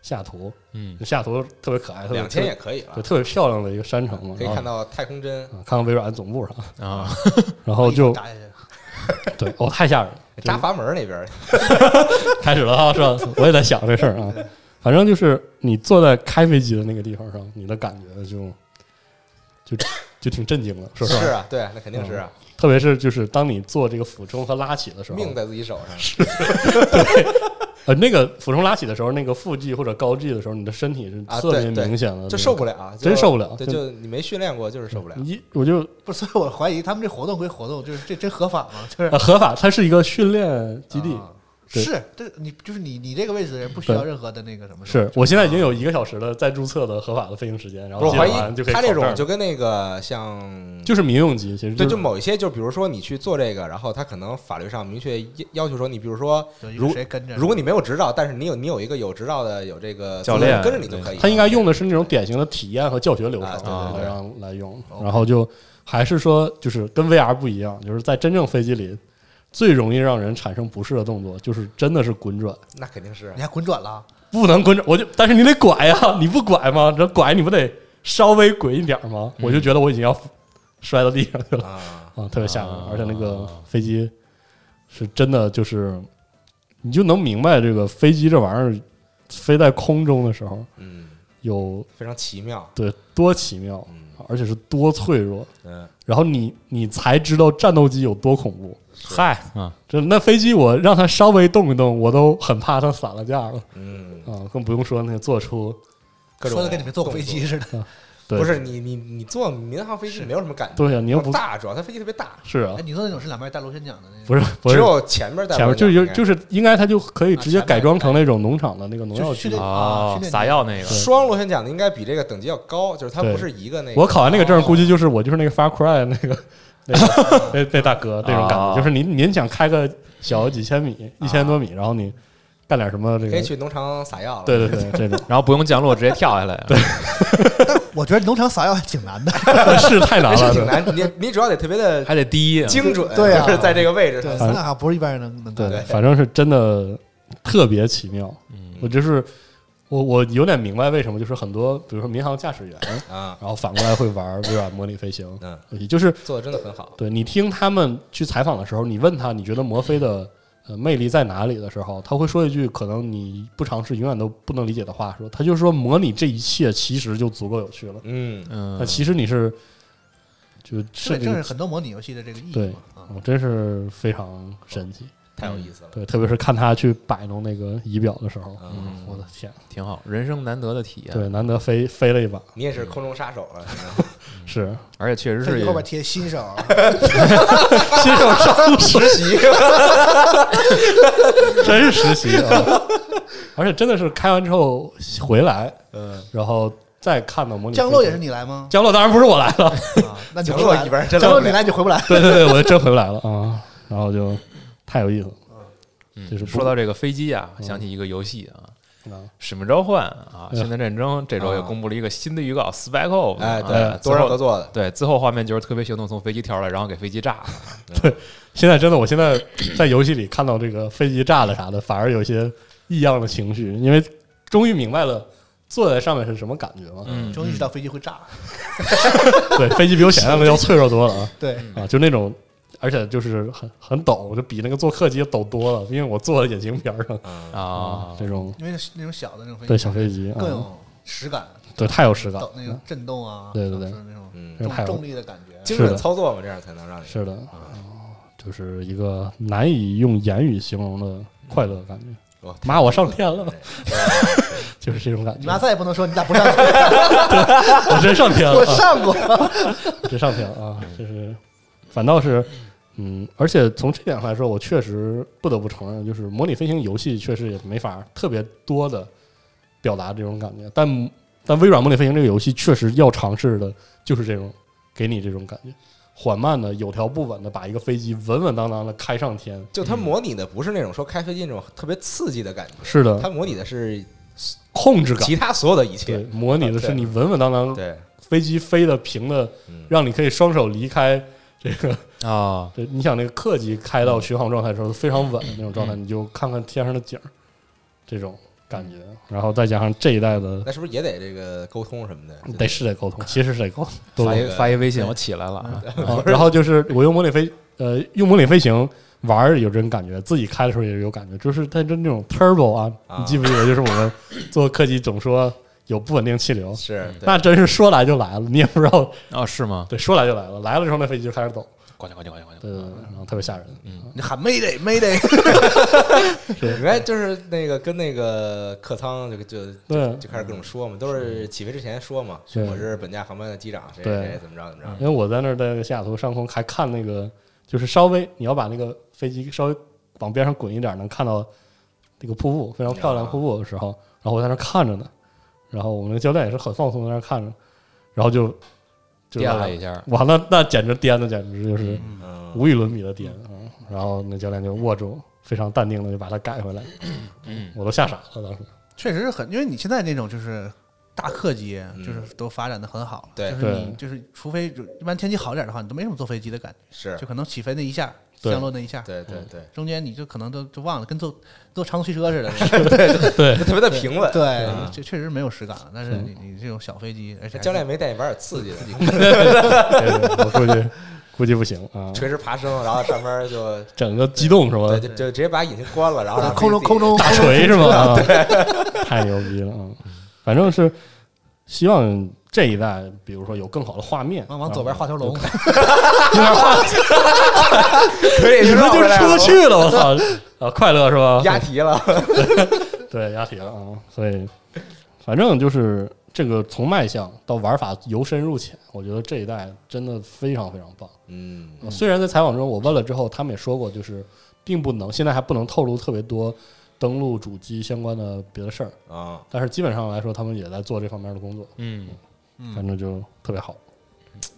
下图，
嗯
下图特别可爱，特别
2000也可以啊
对，特别漂亮的一个山城嘛，
可以
然后
看到太空针
啊看看微软总部啥
啊，
然后就
扎下去
对，哦，太吓人了，
扎阀门那边儿
开始了啊，是吧？我也在想这事儿啊，反正就是你坐在开飞机的那个地方上，你的感觉就就就挺震惊的，说实话。
是啊对那肯定是啊
嗯特别是就是当你做这个俯冲和拉起的时候，
命在自己手上
是，对，呃，那个俯冲拉起的时候，那个腹肌或者高 G 的时候，你的身体是
啊，
特别
对对
明显的，
就受不了，
真嗯
就
受不了。
对，就你没训练过，就是受不了。
一我就
不是，所以我怀疑他们这活动归活动，就是这真合法吗？ 就是
啊
啊
呃合法，它是一个训练基地，对
是，这你就是你你这个位置的人不需要任何的那个什么。
是我现在已经有一个小时的在注册的合法的飞行时间，然
啊不是
后
我
接
怀
着完就可
疑
以考
他这
证
种
了
就跟那个像
就是民用机，其实
对，
就
就某一些，就比如说你去做这个，然后他可能法律上明确要要求说，你比如说
有一，个
如
谁跟着
如果你没有执照，但是你有你有一个有执照的有这个
教
资格
练
跟着你就可以。
他应该用的是那种典型的体验和教学流程
啊对对对
来让来用，
OK
然后就还是说就是跟 VR 不一样，就是在真正飞机里最容易让人产生不适的动作，就是真的是滚转，
那肯定是
你还滚转了，
不能滚转，我就但是你得拐呀、你不拐吗？这拐你不得稍微滚一点吗？
嗯
我就觉得我已经要摔到地上去了啊，特别吓人，而且那个飞机
啊
是真的就是你就能明白这个飞机这玩意儿飞在空中的时候，
嗯，
有
非常奇妙。
对，多奇妙，而且是多脆弱。
嗯，
然后你你才知道战斗机有多恐怖。
嗨啊，
真的那飞机我让它稍微动一动，我都很怕它散了架了。
嗯
啊，更不用说那做出
各种
说的跟你们坐过飞机似的
啊。对
不是你你你坐民航飞机没有什么感觉，
对呀你又不
大，主要它飞机特别大。
是啊
哎，你坐那种是两边带螺旋桨的那种，
不是不是
只有前面带
前面
螺旋
就有
桨
就是应该它就可
啊
以直接改装成那种农场的那个农药
就是
机
训练啊哦训练撒
药那
对
双螺旋桨的应该比这个等级要高，就是它
对
不是一个那个。哦
我考完那个证，估计就是我就是那个 Far Cry 那个那个那那大哥那种感觉，
啊
就是您您想开个小几千米、一千多米，然后你干点什么这
哦可
个
以，去农场撒药了。
对对对，这种，，
然后不用降落，直接跳下来。啊对，
我觉得农场撒药还挺难的
是太难了
是挺难。你你主要得特别的，
还得低
精准，
对啊
就是在这个位置
对，
上。
咱俩不是一般人能能干
对
的，。
反正是真的特别奇妙。我就是我我有点明白为什么，就是很多比如说民航驾驶员
啊，
然后反过来会玩微软模拟飞行，
嗯，
就是
做的真的很好。
对你听他们去采访的时候，你问他你觉得摩飞的呃魅力在哪里的时候，他会说一句可能你不尝试永远都不能理解的话，说他就说模拟这一切其实就足够有趣了。
嗯
嗯
那其实你是就
这
是
正是很多模拟游戏的这个
嗯
意义
对
嘛。啊，
我真是非常神奇，
太有意思了
对，特别是看他去摆弄那个仪表的时候，
嗯
我的天，
挺好，人生难得的体验。
对，难得飞飞了一把，
你也是空中杀手了，
嗯
是，
而且确实
飞
是
机后边贴新手，
新手 上手
实习
真是实习 啊！而且真的是开完之后回来，
嗯，
然后再看到模拟
降落也是你来吗？啊
降落当然不是我来了，
那你回不来了降落你来你就回不来了。
对对对，我就真回不来了啊！然后就太有意思了，就是不
嗯说到这个飞机啊，想起一个游戏啊，
嗯
使命召唤》啊，
哎
《
呀
现代战争》这周也公布了一个新的预告，Spec Ops，
哎
啊
对多人合作的，
最后对，最后画面就是特别行动从飞机跳出来，然后给飞机炸了。
对，现在真的，我现在在游戏里看到这个飞机炸了啥的，反而有一些异样的情绪，因为终于明白了坐在上面是什么感觉吗？
嗯终于意识到飞机会炸
对，飞机比我想象的要脆弱多了啊。
对
啊，就那种，而且就是很很抖，就比那个坐客机抖多了，因为我坐在引擎边上啊，这种
因为是那种小的那种飞机，
对小飞机
更
啊
有实感，
对太有实感
抖那种震动啊，
对对对
就是那种
这个太
重
有
重力的感觉，
精准是的操
作嘛这样才能让你
是的，
啊
哦就是一个难以用言语形容的快乐感觉
哇。
妈，我上天了， 就是这种感
你
觉。
妈再也不能说你咋不上去
我真上天了，
我上过
啊，真上天了啊！就是，反倒是，嗯，而且从这点上来说，我确实不得不承认，就是模拟飞行游戏确实也没法特别多的表达这种感觉，但但微软模拟飞行这个游戏确实要尝试的就是这种，给你这种感觉，缓慢的、有条不紊的把一个飞机稳稳当当的开上天，
就它模拟的不是那种说开飞机那种特别刺激的感觉，
是的
它模拟的是
控啊制感，
其他所有的一切
啊对，嗯模拟的是你稳稳当当，
对，
飞机飞的平的，让你可以双手离开这个
啊，
对，你想那个客机开到巡航状态的时候非常稳那种状态，你就看看天上的景儿，这种感觉，然后再加上这一代的
那是不是也得这个沟通什么的？
得是得沟通，其实是得沟通，都
发一
有
发一微信，我起来了啊
啊，然后就是我用模拟飞，呃，用模拟飞行玩儿有这种感觉，自己开的时候也有感觉，就是它就那种 turbo 啊，你记不记得？就是我们做客机总说有不稳定气流，
是对
那真是说来就来了，你也不知道
啊，是吗？
对，说来就来了，来了之后那飞机就开始抖，
呱唧呱唧呱唧呱唧，
对对对，然后特别吓人，嗯，
你喊 Mayday Mayday，
原来就是那个跟那个客舱就就就
对
就开始各种说嘛，都是起飞之前说嘛，
对
我是本架航班的机长，谁
对嗯
谁怎么着怎么
因为
着，
我在那儿在西雅图上空还看那个，就是稍微你要把那个飞机稍微往边上滚一点，能看到那个瀑布，非常漂亮的瀑布的时候，然后我在那儿看着呢，然后我们那个教练也是很放松地在那儿看着，然后就就
颠了一下
哇，那那简直颠的简直就是
嗯
无与伦比的颠啊！然后那教练就握住，非常淡定的就把它改回来，
嗯
我都吓傻了当时。
确实是很，因为你现在那种就是大客机，就是都发展的很好了，
对
就是你
对
就是除非就一般天气好点的话，你都没什么坐飞机的感觉，
是
就可能起飞那一下。
对
降落那一下，
对对对，
中间你就可能都就忘了，跟坐坐长途汽车似的，
对
就
特别的平稳
对
嗯，
这确实没有实感了。但是你你这种小飞机，而且还是
教练没带你玩点刺激的
自己
对
对对我估计估计不行啊，
垂直爬升，然后上边就
整个激动是吧？
对就就直接把引擎关了，然后让
空中
飞机
空中
大 锤是吗？啊
对，
太牛逼了啊！反正是希望这一代，比如说有更好的画面，啊
往往左边画条龙，
右边画，
腿
你
里
们就出不去了，我操
绕回来！
哦
啊，快乐是吧？
押题了
对，押题了啊！所以，反正就是这个从卖相到玩法由深入浅，我觉得这一代真的非常非常棒。
嗯
呃虽然在采访中我问了之后，他们也说过，就是并不能现在还不能透露特别多登录主机相关的别的事儿
啊，
但是基本上来说，他们也在做这方面的工作。
嗯
嗯
反正就特别好，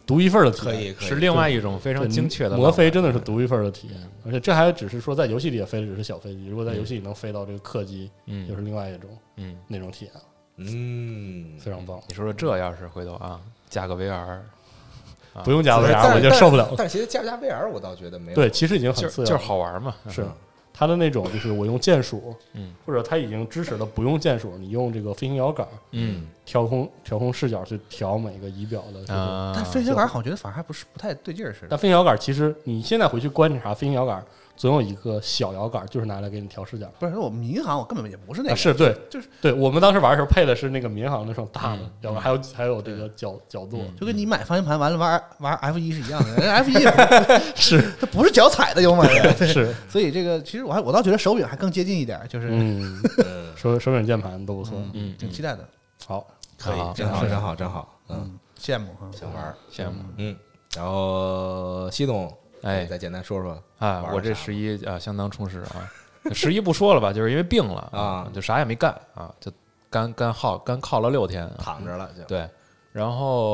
独一份儿的体
可
验
以可以是另外一种非常
对
精确的
摩
浪漫
飞，真的是独一份儿的体验。而且这还只是说在游戏里也飞的只是小飞机，如果在游戏里能飞到这个客机，
嗯
又是另外一种
嗯
那种体验了。
嗯，
非常棒。
你说说这要是回头啊，加个 VR，啊
不用加
但是
VR，我就受不了了
但是其实加不加 VR 我倒觉得没有，
对，其实已经很
就
次要了，
就是好玩嘛
是
嗯
它的那种，就是我用键鼠，
嗯，
或者它已经支持了不用键鼠，你用这个飞行摇杆，
嗯，
调控调控视角去调每个仪表的这
啊嗯
种。
但飞行摇杆好像觉得反而还不是不太对劲儿似的。
但飞行摇杆其实你现在回去观察飞行摇杆，总有一个小摇杆，就是拿来给你调视角。
不是我们民航，我根本也不是那
啊
个，
是对，
就是
对我们当时玩的时候配的是那个民航那种大的，然后还有还有这个角角度，
就跟你买方向盘完了玩玩 F 一是一样的，人 F 一
是
它不是脚踩的油门儿，对
是，
所以这个其实我还我倒觉得手柄还更接近一点儿，就是
嗯，手手柄键盘都不错，
嗯，
挺期待的，
好，
可以
好，
真好，真好，真好，嗯，
羡慕哈，
想玩儿，
羡慕
嗯，然后西总，
哎
再简单说说
啊
玩，儿
我这
啥
十一啊相当充实啊，十一不说了吧，就是因为病了啊，就啥也没干啊，就干干耗干靠了六天，啊
躺着了就
对，然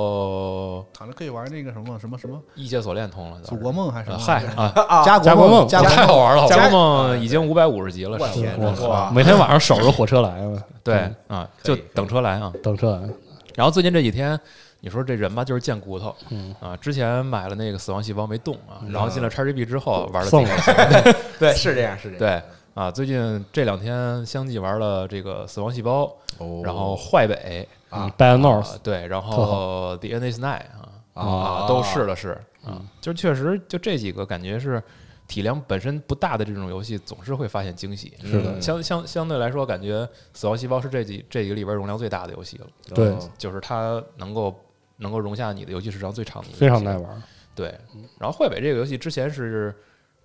后
躺着可以玩那个什么什么什么
异界锁链通了，
祖国梦还是什么
呃
嗨
啊
啊，
家国梦家
家
国梦
太好玩了，
家
家国梦已经五百五十级了，
我
是吧
天哪哇
每天晚上守着火车来了，
对
嗯
啊，就等车来啊，
等车来，
然后最近这几天，你说这人吧，就是贱骨头，
嗯
啊，之前买了那个死亡细胞没动啊，
嗯
然后进了 XGB 之后玩了
送
自己
了
的游戏
对是这样是这样
对，啊，最近这两天相继玩了这个《死亡细胞》，
哦
然后《坏北》
嗯 Bad North
对，然
哦特
后
好
《The End Is Nigh》啊
哦
啊，都试了试，
嗯，
啊就确实就这几个感觉是。体量本身不大的这种游戏，总是会发现惊喜。
是的
嗯相相相对来说，感觉《死亡细胞》是这几这几个里边容量最大的游戏了。
对
就是它能够能够容下你的游戏时长最长的一个游戏，
非常耐玩
对，然后坏北这个游戏之前是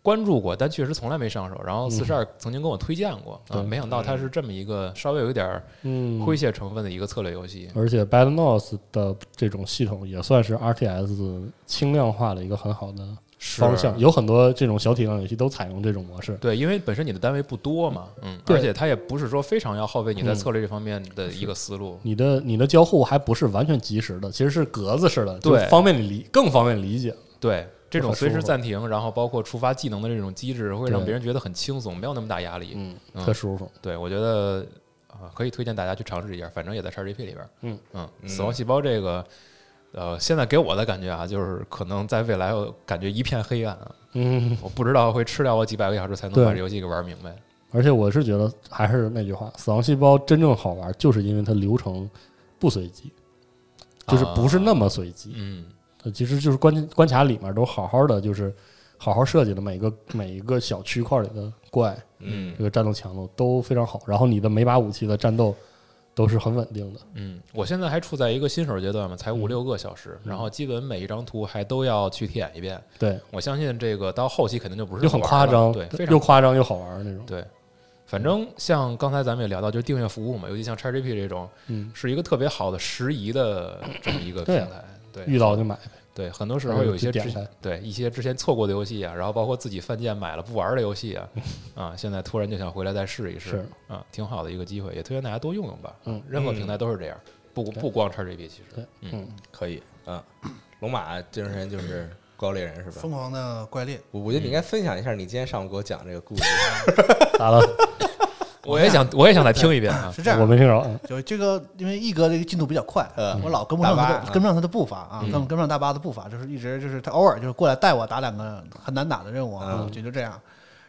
关注过，但确实从来没上手。然后
嗯
四十二曾经跟我推荐过，
对
啊没想到它是这么一个稍微有一点儿
嗯
诙谐成分的一个策略游戏。
而且 Bad North 的这种系统也算是 RTS 轻量化的一个很好的方向，
是
有很多这种小体量游戏都采用这种模式。
对，因为本身你的单位不多嘛，嗯，
对嗯
而且它也不是说非常要耗费你在策略这方面的一个思路。
你的你的交互还不是完全及时的，其实是格子式的，就
对
方便你理更方便理解。
对，这种
很
随
舒
时
服
暂停，然后包括触发技能的这种机制，会让
对
别人觉得很轻松，没有那么大压力。嗯，
特舒服。
对，我觉得啊，可以推荐大家去尝试一下，反正也在 XGP 里边儿。
嗯
嗯，
嗯
死亡细胞这个，呃，现在给我的感觉啊，就是可能在未来我感觉一片黑暗啊。
嗯
我不知道会吃掉我几百个小时才能
对
把这游戏给玩明白。
而且我是觉得还是那句话，死亡细胞真正好玩，就是因为它流程不随机，就是不是那么随机。
嗯，
它其实就是关关卡里面都好好的，就是好好设计的每一个每一个小区块里的怪，
嗯
这个战斗强度都非常好。然后你的每把武器的战斗都是很稳定的。
嗯，我现在还处在一个新手阶段嘛，才
嗯
五六个小时，然后基本每一张图还都要去体验一遍。
对，
我相信这个到后期肯定就不是
又
那
很
么玩
夸
了
张，
对，非常
又夸张又好玩那种。
对，反正像刚才咱们也聊到，就是订阅服务嘛，尤其像 XGP 这种，
嗯
是一个特别好的时宜 的这么一个平
对啊
台。对，
遇到就买呗
对，很多时候有一些之
点开
对一些之前错过的游戏啊，然后包括自己犯贱买了不玩的游 戏啊，啊，现在突然就想回来再试一试
是，
啊，挺好的一个机会，也推荐大家多用用吧。
嗯
任何平台都是这样，不不光 XGP 其实。嗯，
可以啊。龙马这段时间就是怪物猎人是吧？
疯狂的怪猎，
我我觉得你应该分享一下你今天上午给我讲这个故事。
咋了？
我也想我也想再听一遍啊
是这样，
我没听着。嗯
就是这个，因为一哥这个进度比较快，
嗯
我老跟不上他
大巴
的，跟不上他的步伐啊，
嗯
跟跟不上大巴的步伐，就是一直就是他偶尔就是过来带我打两个很难打的任务啊
嗯，
也就这样。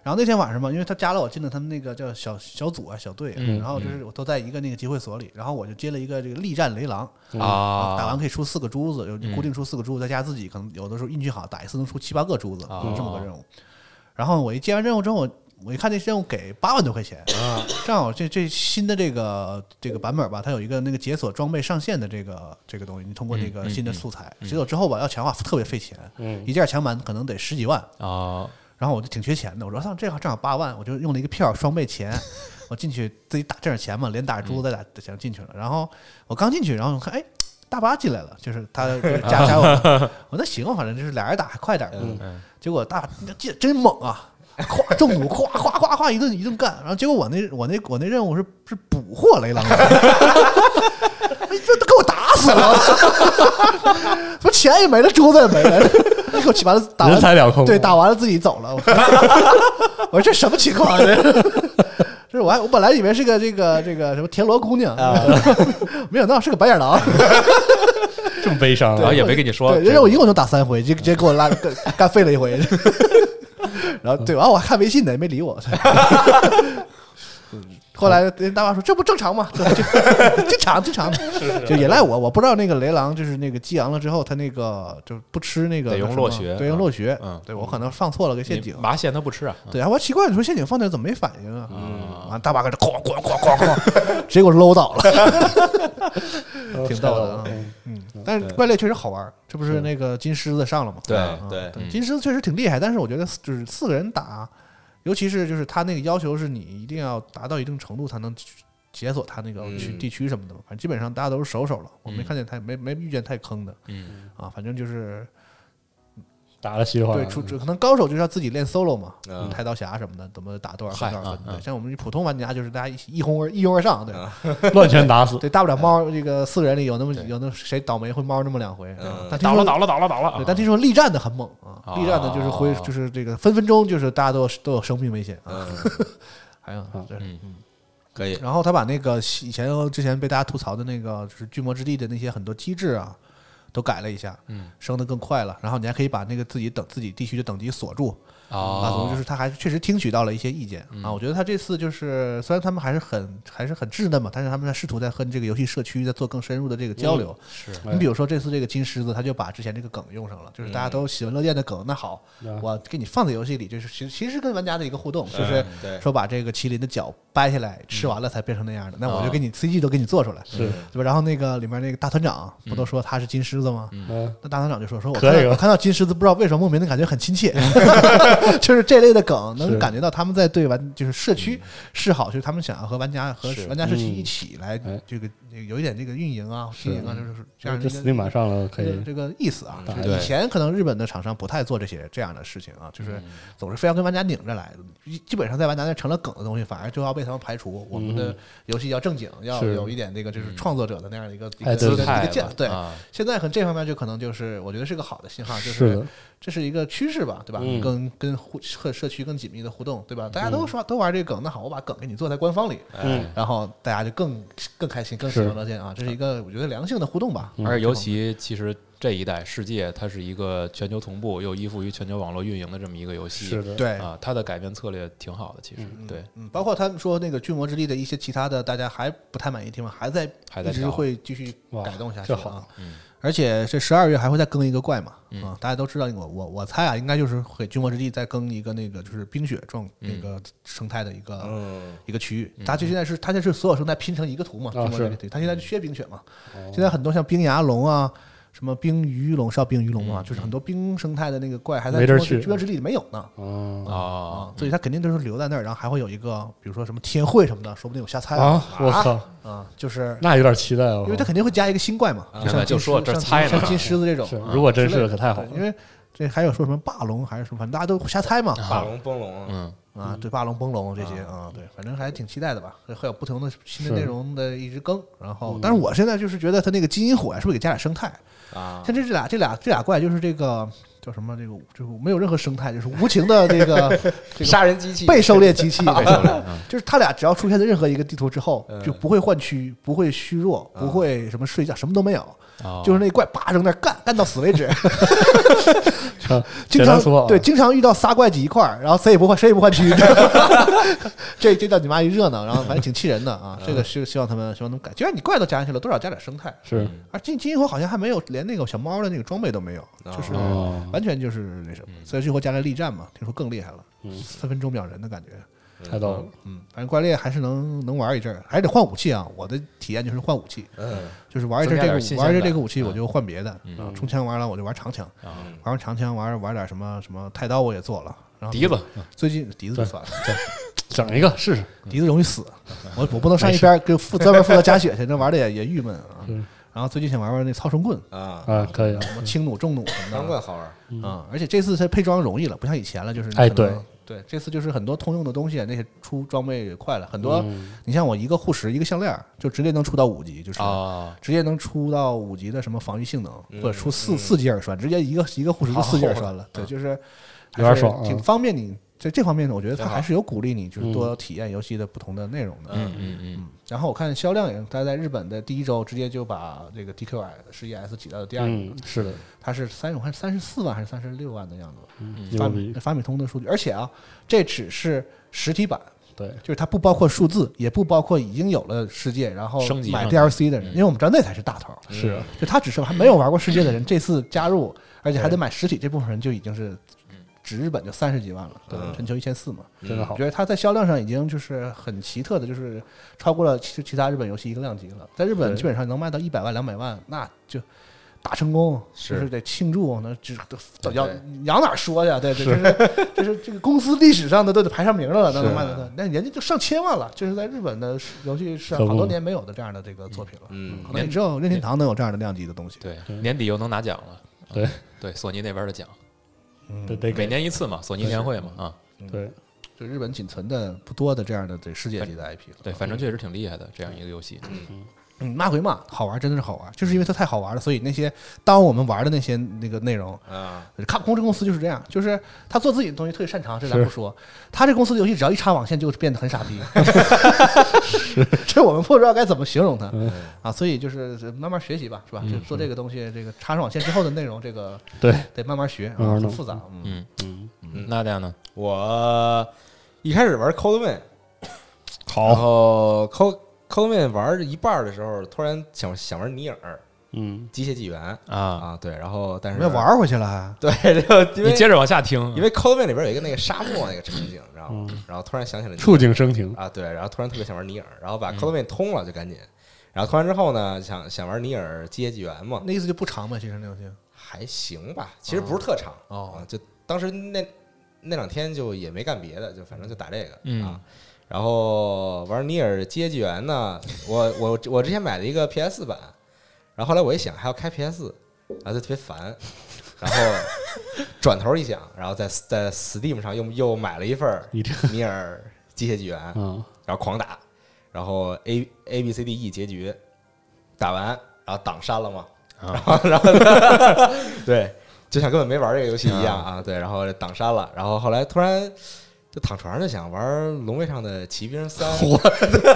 然后那天晚上嘛，因为他加了我进了他们那个叫小小组啊小队啊，
嗯
然后就是我都在一个那个集会所里，然后我就接了一个这个力战雷狼
嗯啊
打完可以出四个珠子，有
嗯
固定出四个珠子，再加自己可能有的时候运气好打一次能出七八个珠子，
哦
这么个任务。然后我一接完任务之后，我我一看这任务给八万多块钱啊，正好这这新的这个这个版本吧，它有一个那个解锁装备上线的这个这个东西，你通过这
嗯
个
嗯
新的
嗯
素材
嗯
解锁之后吧，要强化特别费钱，
嗯
一件强版可能得十几万
啊。
然后我就挺缺钱的，我说操，这好正好八万，我就用了一个票双倍 钱，我进去自己打挣点钱嘛，连打珠
嗯
子带打钱进去了。然后我刚进去，然后我看哎。大巴进来了，就是他就是加 加我，我说那行，反正就是俩人打还快点儿嘛。
嗯
结果大那这真猛啊，咵中毒，咵咵咵咵一顿一顿干。然后结果我那我那我那任务是是捕获雷狼人，你这都给我打死了，什么钱也没了，珠子也没了，一口气完了打完
人财两空
对，打完了自己走了。我我说 这什么情况啊？这这我还我本来以为是个这个这个什么田螺姑娘， 没想到是个白眼狼。
这么悲伤啊
对
也没跟你说
对，
这
人我一共就打三回，直直接给我 拉干干废了一回。 然后对，完我还看微信呢，也没理我。 后来人大妈说：“这不正常吗？ 这这正常，正常。”就也赖我，我不知道那个雷狼就是那个激昂了之后，他那个就不吃那个
得用
叫什么
落穴
对，用
嗯
落穴。
嗯
对我可能放错了个陷阱
你。麻线它不吃啊。
对啊，我奇怪，你说陷阱放那儿怎么没反应啊？
嗯
完大巴搁这哐哐哐哐哐， 直接给我搂倒了，
哦
挺逗的啊。嗯，但是怪猎确实好玩儿，这不是那个金狮子上了吗？
对
啊
对嗯
金狮子确实挺厉害，但是我觉得就是四个人打，尤其是就是他那个要求是你一定要达到一定程度才能去解锁他那个区
嗯
地区什么的嘛，反正基本上大家都是熟手了，我
嗯
没看见太没没遇见太坑的，
嗯
啊，反正就是
打了稀里哗啦
对，出出可能高手就是要自己练 solo 嘛，
嗯
太刀侠什么的，怎么打多少
嗨
分多少分
嗯
的。
嗯
像我们普通玩家就是大家一起一哄而一拥而上，对，
乱拳打 死
对，大不了猫这个四个人里有那么有那么谁倒霉会猫那么两回，对吧但听
倒了
说
倒了倒了倒了
对，但听说力战的很猛啊，力战的就是会
哦
就是这个分分钟就是大家都有都有生命危险啊， 还有对。
可以。
然后他把那个以前之前被大家吐槽的那个就是巨魔之地的那些很多机制啊，都改了一下，
嗯，
升的更快了。然后你还可以把那个自己等自己地区的等级锁住。
哦
啊，总之就是他还确实听取到了一些意见
嗯
啊。我觉得他这次就是虽然他们还是很还是很稚嫩嘛，但是他们在试图在和这个游戏社区在做更深入的这个交流。
嗯是
你比如说这次这个金狮子，他就把之前这个梗用上了，就是大家都喜闻乐见的梗。那好，
嗯
我给你放在游戏里，就是其实其实是跟玩家的一个互动，就
嗯
是
对
说把这个麒麟的脚掰下来，吃完了才变成那样的。那我
哦
就给你 CG 都给你做出来，
是嗯
对吧？然后那个里面那个大团长不都说他是金狮子吗？
嗯，
那大团长就说说我
可以啊
看到
了
我看到金狮子，不知道为什么莫名的感觉很亲切，
嗯
就是这类的梗能感觉到他们在对玩就是社区示好，就是他们想要和玩家和
嗯是
玩家社区
嗯
一起来这个有一点这个运营啊、经营啊，就是这样的
嗯这
一个
Steam 马上了可以
这个这个意思啊。
嗯对
以前可能日本的厂商不太做这些这样的事情
嗯
啊，就是总是非要跟玩家拧着来，基本上在玩家那成了梗的东西，反而就要被他们排除。我们的
嗯
游戏要正经，要
是
有一点那个就是创作者的那样的一个一
哎
个
姿
一个
态
一个
吧
见对
啊。
现在很这方面就可能就是我觉得是个好的信号，啊就是
的
这是一个趋势吧，对吧？
嗯
跟跟互和社区更紧密的互动，对吧？大家都说都玩这个梗，那好，我把梗给你做在官方里，
哎
嗯
然后大家就更更开心，更喜
是嗯
闻乐见啊！这是一个我觉得良嗯性的互动吧，
而且尤其其实这一代世界，它是一个全球同步又依附于全球网络运营的这么一个游戏，
是的对
啊，它的改变策略挺好的，其实对，
嗯，包括他们说那个《巨魔之力》的一些其他的，大家还不太满意的地方，还在
还在
一直
调
会继续改动下去
这
啊。
好嗯
而且这十二月还会再更一个怪嘛？
嗯
啊，大家都知道，我我我猜啊，应该就是给《巨魔之力》再更一个那个就是冰雪状
嗯
那个生态的一个、一个区域。它就现在是它就是所有生态拼成一个图嘛，
哦嗯啊
巨魔之力
是
对它现在就缺冰雪嘛。
哦
现在很多像冰牙龙啊。什么冰鱼龙是叫冰鱼龙嘛？就是很多冰生态的那个怪还在
嗯没地儿
巨魔之
去
巨魔之力里没有呢。
嗯
哦
啊所以它肯定都是留在那儿，然后还会有一个，比如说什么天会什么的，说不定有瞎猜
啊我靠
哎啊，就是
那有点期待啊
因为它肯定会加一个新怪嘛，
啊
像
就
金
说
狮
这
像
猜呢
金像金狮子这种
是
啊，
如果真
之类
是
的
可太好了
对因为这还有说什么霸龙还是什么，反正大家都瞎猜嘛，
霸龙崩龙
啊嗯
啊，对霸龙崩龙这些啊，对，反正还挺期待的吧，会会有不同的新的
是
内容的一直更，然后
嗯，
但是我现在就是觉得它那个金银火呀，是不是给加点生态？
啊
像这这俩这俩这俩怪就是这个叫什么？这个就是没有任何生态，就是无情的这 个这个
杀人机 器
被狩猎机器，
被狩猎嗯
就是他俩只要出现在任何一个地图之后，
嗯
就不会换区，不会虚弱，不会什么睡觉，什么都没有。
哦
就是那怪叭扔那儿干干到死为止，经
简单粗暴
常
啊
对经常遇到仨怪挤一块儿，然后谁也不换谁也不换区， 这这叫你妈一热闹，然后反正挺气人的啊。这个是希望他们希望能改，既然你怪都加进去了，多少加点生态。
是，
而金金银火好像还没有，连那个小猫的那个装备都没有，就是
哦
完全就是那什么。所以最后加了力战嘛，听说更厉害了，
嗯
三分钟秒人的感觉，
太逗了
嗯，反正怪猎还是能能玩一阵儿，还得换武器啊。我的体验就是换武器，
嗯
就是玩一阵儿这
增加点
个
新
玩一
鲜
阵儿
感
这个武器，我就换别的。
嗯
啊冲枪玩了，我就玩长枪，
啊
玩完长枪玩玩点什么什么太刀，我也做了。然后
笛子
最近笛子就
对
算了，
整一个试试，
笛子容易死， 我我不能上一边儿给负专门负责加血去，那玩的也也郁闷啊
嗯。
然后最近想玩玩那操神棍
啊
啊可以啊
什么轻弩、重弩什么的，
操神棍好玩嗯
啊！而且这次它配装容易了，不像以前了，就是你
哎
可能
对
对，这次就是很多通用的东西，那些出装备也快了很多
嗯。
你像我一个护石一个项链儿，就直接能出到五级，就是
啊
直接能出到五级的什么防御性能，或者出
嗯
四四级耳栓，直接一个一个护石就四级耳栓了，对，就是
有点
还是
爽啊
挺方便你。在这方面呢，我觉得它
挺好
还是有鼓励你，就是
嗯
多体验游戏的不同的内容的。
嗯嗯嗯
然后我看销量也，它在日本的第一周直接就把这个 DQI 十一 S 挤到了第二名
嗯，是的，
它是三我看三十四万还是三十六万的样子吧，
嗯
发
牛逼
米发米通的数据，而且啊，这只是实体版。
对，
就是它不包括数字，也不包括已经有了世界然后
升级嗯
买
上
DLC 的人，因为我们知道那才是大头儿。
是啊
就他只是还没有玩过世界的人，这次加入，而且还得买实体，这部分人就已经是指日本就三十几万了，对
嗯，
全球一千四嘛，
真的好
我觉得它在销量上已经就是很奇特的，就是超过了其其他日本游戏一个量级了。在日本
对
基本上能卖到一百万、两百万，那就。大成功
是
就是得庆祝，那只
对
要往哪儿说去啊？对，对
是
这是这是这个公司历史上的都得排上名了了，那能
是
卖到那，那人家就上千万了，这是在日本的游戏市场
可不
好多年没有的这样的这个作品了。
嗯
可能也只有任天堂能有这样的量级的东西。
对，年底又能拿奖了，嗯
对
对，索尼那边的奖，
嗯
得得给
每年一次嘛，索尼年会嘛啊，
对，
就日本仅存的不多的这样的这世界级的 IP 了。
对，反正确实挺厉害的这样一个游戏，嗯，
嗯，骂归骂，好玩真的是好玩，就是因为它太好玩了，所以那些当我们玩的那些那个内容，
啊，
卡普空这公司就是这样，就是他做自己的东西特别擅长，这咱
是
不说。他这公司的游戏只要一插网线就变得很傻逼，这我们不知道该怎么形容他
嗯
啊，所以就是慢慢学习吧，是吧？就做这个东西，这个插上网线之后的内容，这个
对
得慢慢学，啊
慢慢
很
弄
复杂。
嗯嗯，那这样呢？
我一开始玩 Coldman，好，然后 Cold Coldman 玩一半的时候，突然想想玩尼尔，
嗯，
机械纪元
啊
啊，对，然后但是
那玩回去了还
对，就因为
你接着往下听
因为 Coldman 里边有一个那个沙漠那个场景，你知道吗
嗯？
然后突然想起了尼尔
触景生情
啊，对，然后突然特别想玩尼尔，然后把 Coldman 通了就赶紧，然后通完之后呢，想想玩尼尔机械纪元嘛，
那意思就不长吧？其实那游戏
还行吧，其实不是特长
哦
啊，就当时那那两天就也没干别的，就反正就打这个、
嗯
啊。然后玩尼尔街纪元呢，我我我之前买了一个 PS 版，然后后来我一想还要开 PS，然后就特别烦，然后转头一想，然后在在 Steam 上又又买了一份儿尼尔机械纪 元，
嗯
然后狂打，然后 A A B C D E 结局，打完然后档删了嘛，然后 然后 对，就像根本没玩这个游戏一样啊，对，然后挡删了，然后后来突然就躺床上就想玩《龙卫上的骑兵三》， 我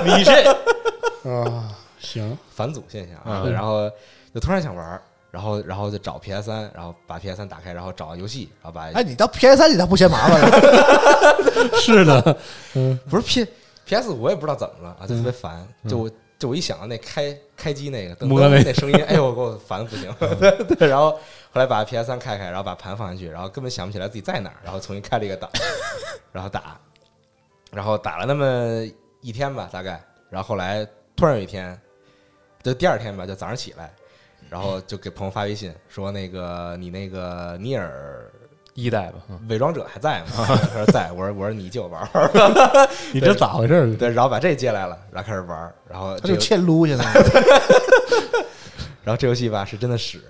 你这
啊，行，
返祖现象啊，
嗯
对然后就突然想玩，然后然后就找 PS 三，然后把 PS 三打开，然后找游戏，然后把
哎，你到 PS 三你咋不嫌麻烦呢？
是的，嗯，
不是 P PS 五我也不知道怎么了啊，就特别烦，
嗯
就我就我一想到那开开机那个噔
摸
噔
那嗯
那声音，哎呦给我烦得不行，对，然后后来把 PS 三开开，然后把盘放进去，然后根本想不起来自己在哪儿，然后重新开了一个档， 然后打，然后打了那么一天吧，大概，然后后来突然有一天，就第二天吧，就早上起来，然后就给朋友发微信说那个你那个尼尔。
一代吧，嗯
伪装者还在吗？ 他说在，我说我说你借我玩儿，
你这咋回事儿？
对，然后把这接来了，然后开始玩儿，然后
他
这
就
游
欠撸现在。
然后这游戏吧是真的屎，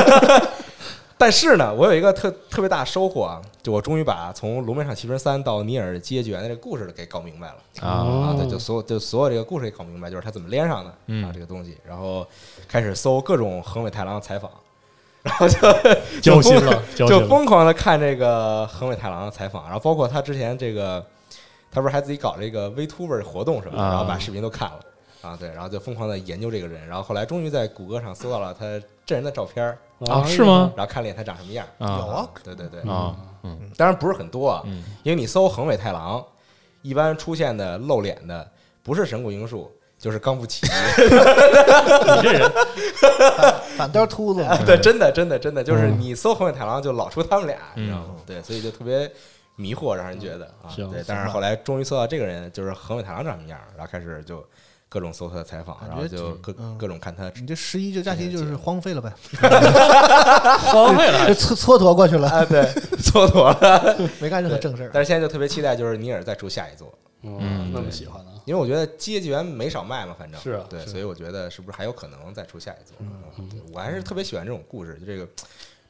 但是呢，我有一个特特别大的收获啊，就我终于把从《龙面上骑兵三》到《尼尔：机械纪元》的这个故事给搞明白了
哦
啊，对，就所有就所有这个故事给搞明白，就是它怎么连上的
嗯
啊这个东西，然后开始搜各种横尾太郎的采访。然后就
交
就
心
疯
了交心
就
了
疯狂的看这个横尾太郎的采访，然后包括他之前这个，他不是还自己搞这个 VTuber 活动什么的，
啊
然后把视频都看了啊，对，然后就疯狂的研究这个人，然后后来终于在谷歌上搜到了他真人的照片儿
啊是吗
然后看了一眼他长什么样，
啊有啊，
对对对
啊嗯，
当然不是很多啊
嗯，
因为你搜横尾太郎，一般出现的露脸的不是神谷英树。就是冈部齐，你
这人
反倒是秃子
啊， 对，真的，真的，真的，就是你搜红野太郎就老出他们俩，你知道吗？对，所以就特别迷惑，让人觉得啊，
行
对。
行
但嗯是后来终于搜到这个人，就是横尾太郎长什么样儿，然后开始就各种搜他的采访，然后就各
嗯
各种看他，
你这十一这
哎
假期就是荒废了呗，
荒废了
就蹉蹉跎过去了
啊，对，蹉跎了，
没干任何正事儿
对但是现在就特别期待，就是尼尔再出下一座，
嗯那么
对
喜欢啊，
因为我觉得机械纪元没少卖嘛，反正
是啊
对，
是
所以我觉得是不是还有可能再出下一座？嗯对我还是特别喜欢这种故事，就这个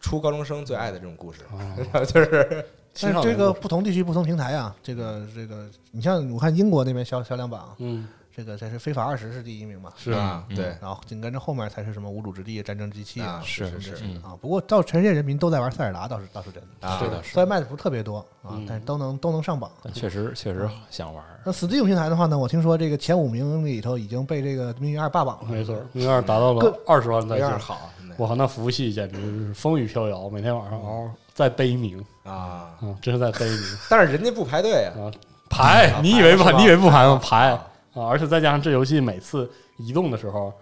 初高中生最爱的这种故事，哦 就是。
但是这个不同地区、不同平台啊，这个这个，你像我看英国那边销销量榜，
嗯，
这个这是非法二十是第一名嘛，
是啊嗯对
然后紧跟着后面才是什么无主之地、战争机器
啊
是
是
是
是
的啊。不过到全世界人民都在玩塞尔达，倒是倒是真的
啊是的
虽然卖的不是特别多啊，
嗯
但是都能都能上榜。
但确实确实想玩儿。
那 Steam 平台的话呢，我听说这个前五名里头已经被这个《命运二》霸榜了，
没错，明二达到了
各
二十万在
明
线，
二好
我靠，那服务器简直就是风雨飘摇，每天晚上嗷在悲鸣
啊，
嗯，真是在 悲鸣。
但是人家不排队啊，
排
啊，
你以为
排是
排？
吧
你以为不排吗？排啊！而且再加上这游戏每次移动的时候，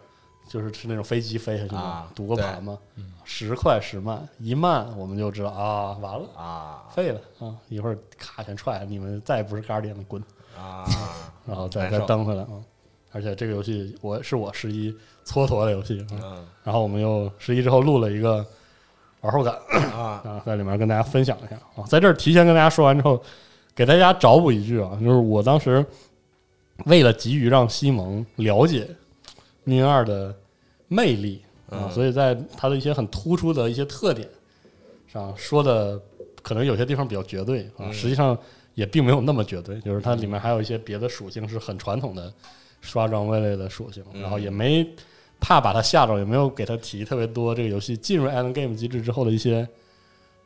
就是是那种飞机飞下去嘛
啊，
堵个盘嘛，十块十慢，一慢我们就知道啊，完了
啊，
废了啊！一会儿咔全踹下，你们再也不是杆儿点了，滚
啊！
然后再
难受
再蹬回来啊！而且这个游戏我是我十一蹉跎的游戏啊
嗯，
然后我们又十一之后录了一个玩后感
啊
啊，在里面跟大家分享一下啊，在这儿提前跟大家说完之后，给大家找补一句啊，就是我当时为了急于让西蒙了解《命运二》的魅力啊，
嗯
所以在它的一些很突出的一些特点上说的，可能有些地方比较绝对啊，
嗯
实际上也并没有那么绝对，就是它里面还有一些别的属性是很传统的刷装备类的属性，然后也
嗯
没怕把他吓着，也没有给他提特别多这个游戏进入 end game 机制之后的一些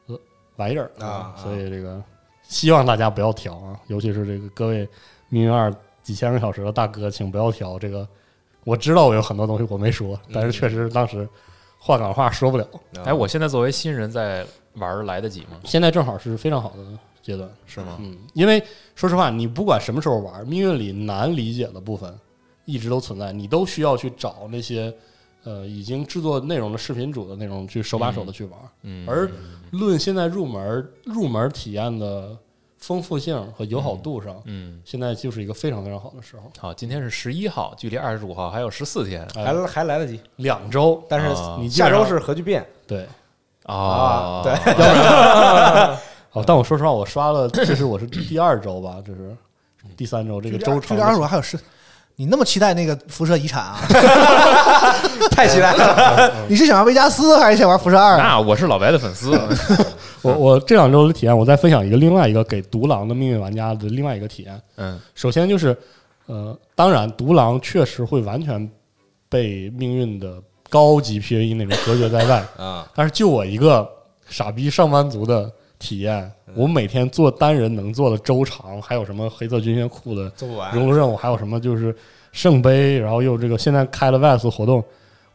呃玩意儿
啊
所以这个希望大家不要调啊，尤其是这个各位命运二几千个小时的大哥，请不要调这个。我知道我有很多东西我没说，但
嗯
是确实当时换岗话说不了。
哎，我现在作为新人在玩儿来得及吗？
现在正好是非常好的阶段，
是吗？
嗯，因为说实话，你不管什么时候玩，命运里难理解的部分一直都存在，你都需要去找那些呃已经制作内容的视频主的内容去手把手的去玩。
嗯
而论现在入门入门体验的丰富性和友好度上，
嗯，
现在就是一个非常非常好的时候。
好，啊今天是十一号，距离二十五号还有十四天，
哎还
还来得及，
两周。
但是
啊
你基
下
本上
周是核聚变，
对
啊，
对，
要不然，哦，但我说实话，我刷了，这是我是第二周吧，这是第三周，这个周
距
长
离
的
二十五还有十，你那么期待那个辐射遗产啊？
太期待 了。
你是想玩维加斯还是想玩辐射二？
那我是老白的粉丝，
我我这两周的体验，我再分享一个另外一个给独狼的命运玩家的另外一个体验。
嗯，
首先就是，呃，当然独狼确实会完全被命运的高级 PVE 那种隔绝在外
啊，
但是就我一个傻逼上班族的体验，我每天做单人能做的周长，还有什么黑色军械库的
做不完
融入任务，还有什么就是圣杯，然后又这个现在开了 VS 活动，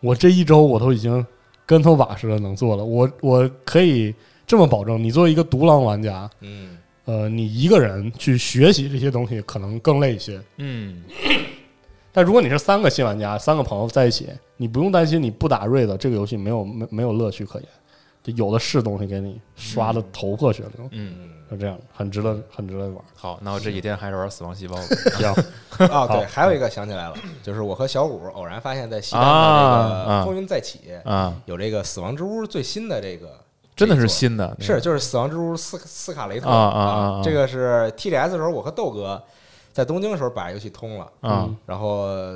我这一周我都已经跟头把式的能做了。我我可以这么保证，你作为一个独狼玩家，
嗯，
呃，你一个人去学习这些东西可能更累一些，
嗯，
但如果你是三个新玩家，三个朋友在一起，你不用担心你不打瑞的这个游戏没有没没有乐趣可言，就有的是东西给你刷的头破血流，
嗯，
就这样，很值得很值得玩。
好，那我这几天还是玩死亡细胞吧。
行
啊，
好
对，还有一个想起来了，就是我和小五偶然发现，在西单的
啊
这
啊
个风云再起
啊
有这个《死亡之屋》最新的这个，
真的是新的，那
是
个
就是《死亡之屋》斯斯卡雷特
啊啊啊啊
这个是 TGS 的时候，我和豆哥在东京的时候把游戏通了
啊
然后呃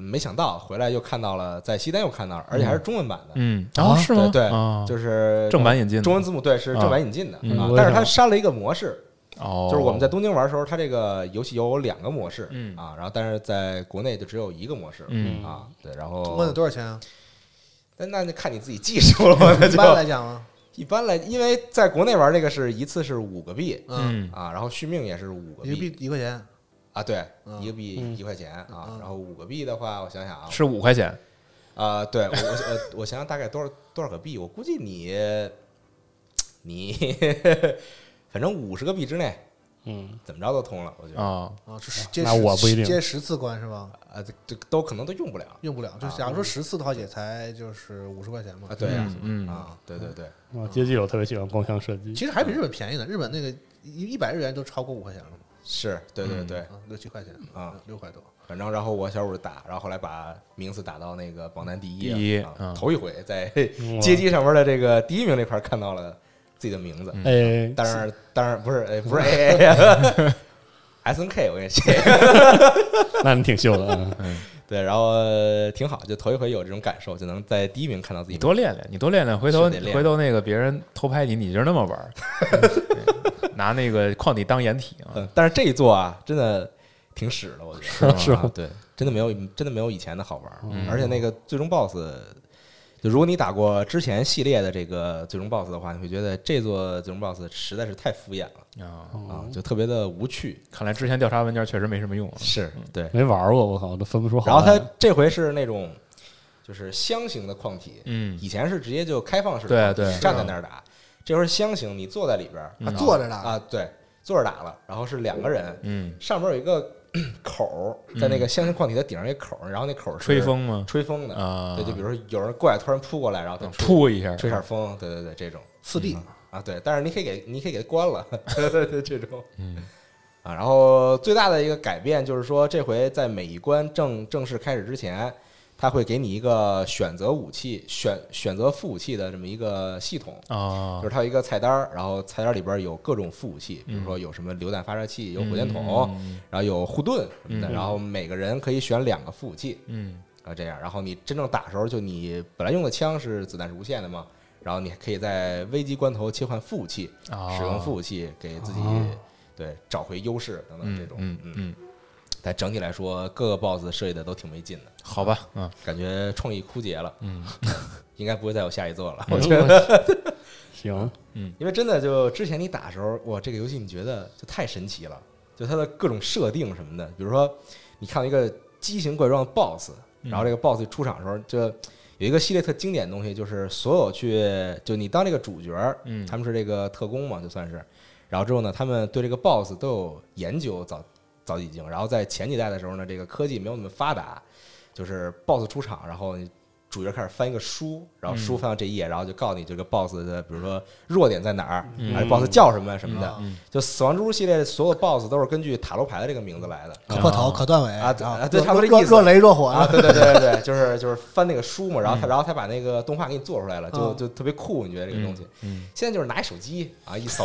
没想到回来又看到了，在西单又看到了，而且还是中文版的，
嗯哦是吗
对，对
啊
就是
正版引进的
中文字幕对是
啊
正版引进的，
嗯
啊
我也
但是
想
它删了一个模式。
哦，
就是我们在东京玩的时候，它这个游戏有两个模式，
嗯
啊，然后但是在国内就只有一个模式，
嗯
啊，对，然后
问了多少钱啊？
那那就看你自己技术 了 吧，那就
一般来讲啊，
一般来，因为在国内玩这个是一次是五个币，
嗯
啊，然后续命也是五个
一个币一块钱，
啊，对，
嗯
一个币一块钱啊，然后五个币的话，我想想啊，
是五块钱，
啊，对我我呃我想想大概多少多少个币，我估计你你反正五十个币之内，
嗯，
怎么着都通了，我觉得
啊
啊，这是接
那我不一定
接十次关是吧？
啊，这这都可能都用不了
用不了，就
啊
假如说十次的话，也才就是五十块钱嘛。
啊，对呀，
嗯
啊，对对对，
啊，街机我特别喜欢光枪射击，
其实还比日本便宜呢，日本那个一一百日元都超过五块钱了嘛，
是对对对
啊，六七块钱
啊，
六块多。
反正然后我小五打，然后后来把名次打到那个榜单第一啊，
第一
啊
嗯
头一回在
哇
街机上面的这个第一名这块看到了自己的名字，
哎
当然当然不是哎不是 A S N K 我给你写，
那你挺秀的 啊。
对，然后呃挺好，就头一回有这种感受，就能在第一名看到自己
你多练练，你多练练，回头
是得练
回头那个别人偷拍你，你就那么 玩儿，嗯拿那个矿体当掩体啊。
嗯，但是这一座啊，真的挺屎的，我觉
是吗
得
是吗
啊对，真的没有真的没有以前的好玩儿，
嗯
而且那个最终 BOSS，就如果你打过之前系列的这个最终 BOSS 的话，你会觉得这座最终 BOSS 实在是太敷衍了
啊
啊，就特别的无趣。
看来之前调查文件确实没什么用啊。
是对，
没玩过，我靠，都分不出好
然后
赖。
它这回是那种就是箱型的矿体，
嗯
以前是直接就开放式的
对
矿体，
对
你站在那儿打，这回是箱型，你坐在里边儿
嗯啊坐
着打
啊，对，坐着打了，然后是两个人，
嗯，
上面有一个 口儿，在那个箱型矿体的顶上有一口儿，然后那口儿是
吹风吗
吹风的
啊
对，就比如说有人过来突然扑过来，然后再吹
扑一下
吹下风，对对对，这种
四 D
啊，对，但是你可以给你可以给它关了， 这种
嗯
啊，然后最大的一个改变就是说，这回在每一关正正式开始之前，它会给你一个选择武器、选选择副武器的这么一个系统
啊
就是它有一个菜单儿，然后菜单儿里边儿有各种副武器，比如
嗯
说有什么榴弹发射器，有火
嗯
箭筒
嗯嗯，
然后有护盾什么的，
嗯
然后每个人可以选两个副武器，
嗯
啊，这样，然后你真正打的时候，就你本来用的枪是子弹是无限的嘛，然后你可以在危机关头切换副武器，
啊
使用副武器给自己
哦
对找回优势等等这种，
嗯嗯嗯，
但整体来说，各个 BOSS 设计的都挺没劲的。
好吧，嗯，
感觉创意枯竭了，
嗯，
应该不会再有下一座 了。
嗯
我觉得
行，
嗯，
因为真的就之前你打的时候，哇，这个游戏你觉得就太神奇了，就它的各种设定什么的，比如说你看到一个畸形怪状的 BOSS，
嗯
然后这个 BOSS 出场的时候，这有一个系列特经典的东西，就是所有去就你当这个主角，
嗯
他们是这个特工嘛，就算是，然后之后呢，他们对这个 BOSS 都有研究早早已经，然后在前几代的时候呢，这个科技没有那么发达，就是 BOSS 出场，然后你主角开始翻一个书，然后书
嗯
翻到这一页，然后就告诉你这个 BOSS 的，比如说弱点在哪儿，
嗯
还是 BOSS 叫什么什么的
嗯嗯。
就死亡之屋系列所有 BOSS 都是根据塔罗牌的这个名字来
嗯
的，
可破头可断尾
啊，对
啊
啊对，差不多这
若
意思。
若雷若火
啊，对对对对对，就是就是翻那个书嘛，然后他
嗯
然后他把那个动画给你做出来了，就
嗯
就特别酷，你觉得这个东西？
嗯，
现在就是拿一手机啊，一 扫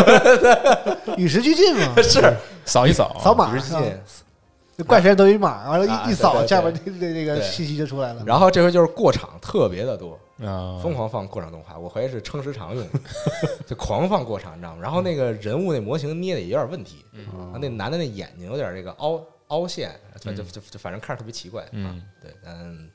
描，
与时俱进嘛
是
扫一扫
扫码
与时俱进
啊。那怪谁都一码，完
啊
了，一一扫
对对
下边那那那个
对
信息就出来了。
然后这回就是过场特别的多，
啊
疯狂放过场动画，我怀疑是撑时长用的， 就狂放过场，你知道吗？然后那个人物那模型捏的也有点问题，
嗯
啊那男的那眼睛有点这个凹凹陷，就
嗯
就就就反正看着特别奇怪，啊
嗯，
对，嗯，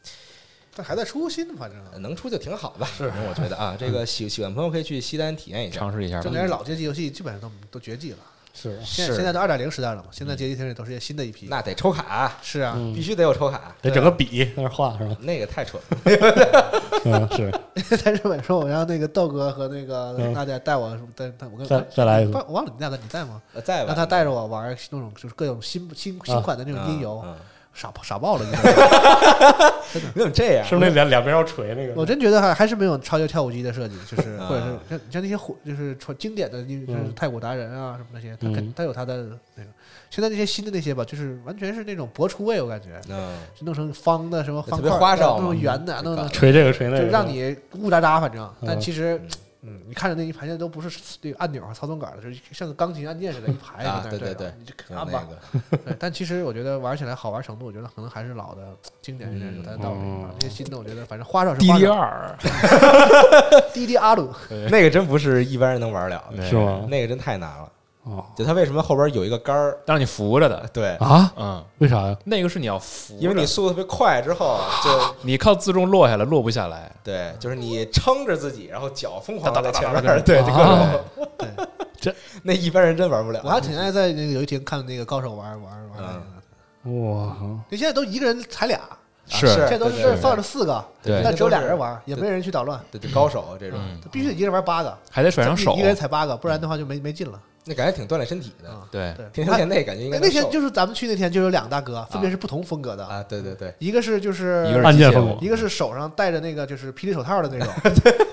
但还在出新呢，反正
能出就挺好吧，是，我觉得啊，这个喜喜欢朋友可以去西单体验一下，
尝试一下吧
这点老街机游戏基本上都都绝迹了。
是
现
是嗯
在现在都二点零时代了嘛，现在街机厅里都是新的一批。
那得抽卡，
是啊，
嗯
必须得有抽卡，
得整个笔在那儿画 是吧？
那个太蠢了。
嗯，是
在日本说，我让那个豆哥和那个
嗯
娜姐带我，带带我跟哎
再再来一个
我忘了你带的，你带吗？
呃在吧
让他带着我玩那种就是各种新新
啊
新款的那种音游
嗯嗯，
傻傻爆了，真的。
你怎么这样？
是不是那两两边要锤那个？
我真觉得还还是没有超级跳舞机的设计，就是
啊
或者是像像那些火，就是传经典的，就是
嗯
太古达人啊什么那些，他肯
嗯
他有他的那个。现在那些新的那些 吧，就是完全是那种博出位，我感觉
嗯，
就弄成方的什么
特
方
别
块儿，
花哨嘛
弄成圆的，
嗯
弄成
锤这个锤那个
就让你雾喳喳，反正。但
嗯
其实，嗯，你看着那一排现在都不是那个按钮啊和操纵杆了，就是像个钢琴按键似的，一排
啊
在那
对
儿
对
对着
对
你就
有
看
那
吧
个。
对，但其实我觉得玩起来好玩程度，我觉得可能还是老的经典有点有它的道理
嗯
吧。这些新的，我觉得反正花哨是花哨
DDR，
滴滴阿鲁，
那个真不是一般人能玩了的，
是吗
那个真太难了。
哦，
就它为什么后边有一个杆儿？
让你扶着的，
对，
啊，
嗯，
为啥呀？
那个是你要扶着，
因为你速度特别快，之后就
你靠自重落下来，落不下来，
对，就是你撑着自己，然后脚疯狂
哒
的
哒
在
哒
前
哒
面，对，就各
啊
种。
对，
那一般人真玩不了。
我还挺爱在那个游戏厅看那个高手玩玩玩那个。
哇，
你现在都一个人踩俩，
是
是
现在都是
对
这儿
对
放着四个，
对
但只有
这都
俩
是
人玩，也没人去捣乱，
对对高手这种，
必须得一个人玩八个，
还得甩上手
一，个人踩八个，不然的话就没没劲了。
那感觉挺锻炼身体的。
对，
对，
天天练那感觉应该
那
能瘦
那天就是咱们去那天就有两大哥，分别是不同风格的，
啊，对对对，
一个是就是
一个是
按键
机械
风
舞
格
一个是手上戴着那个就是霹雳手套 的那种，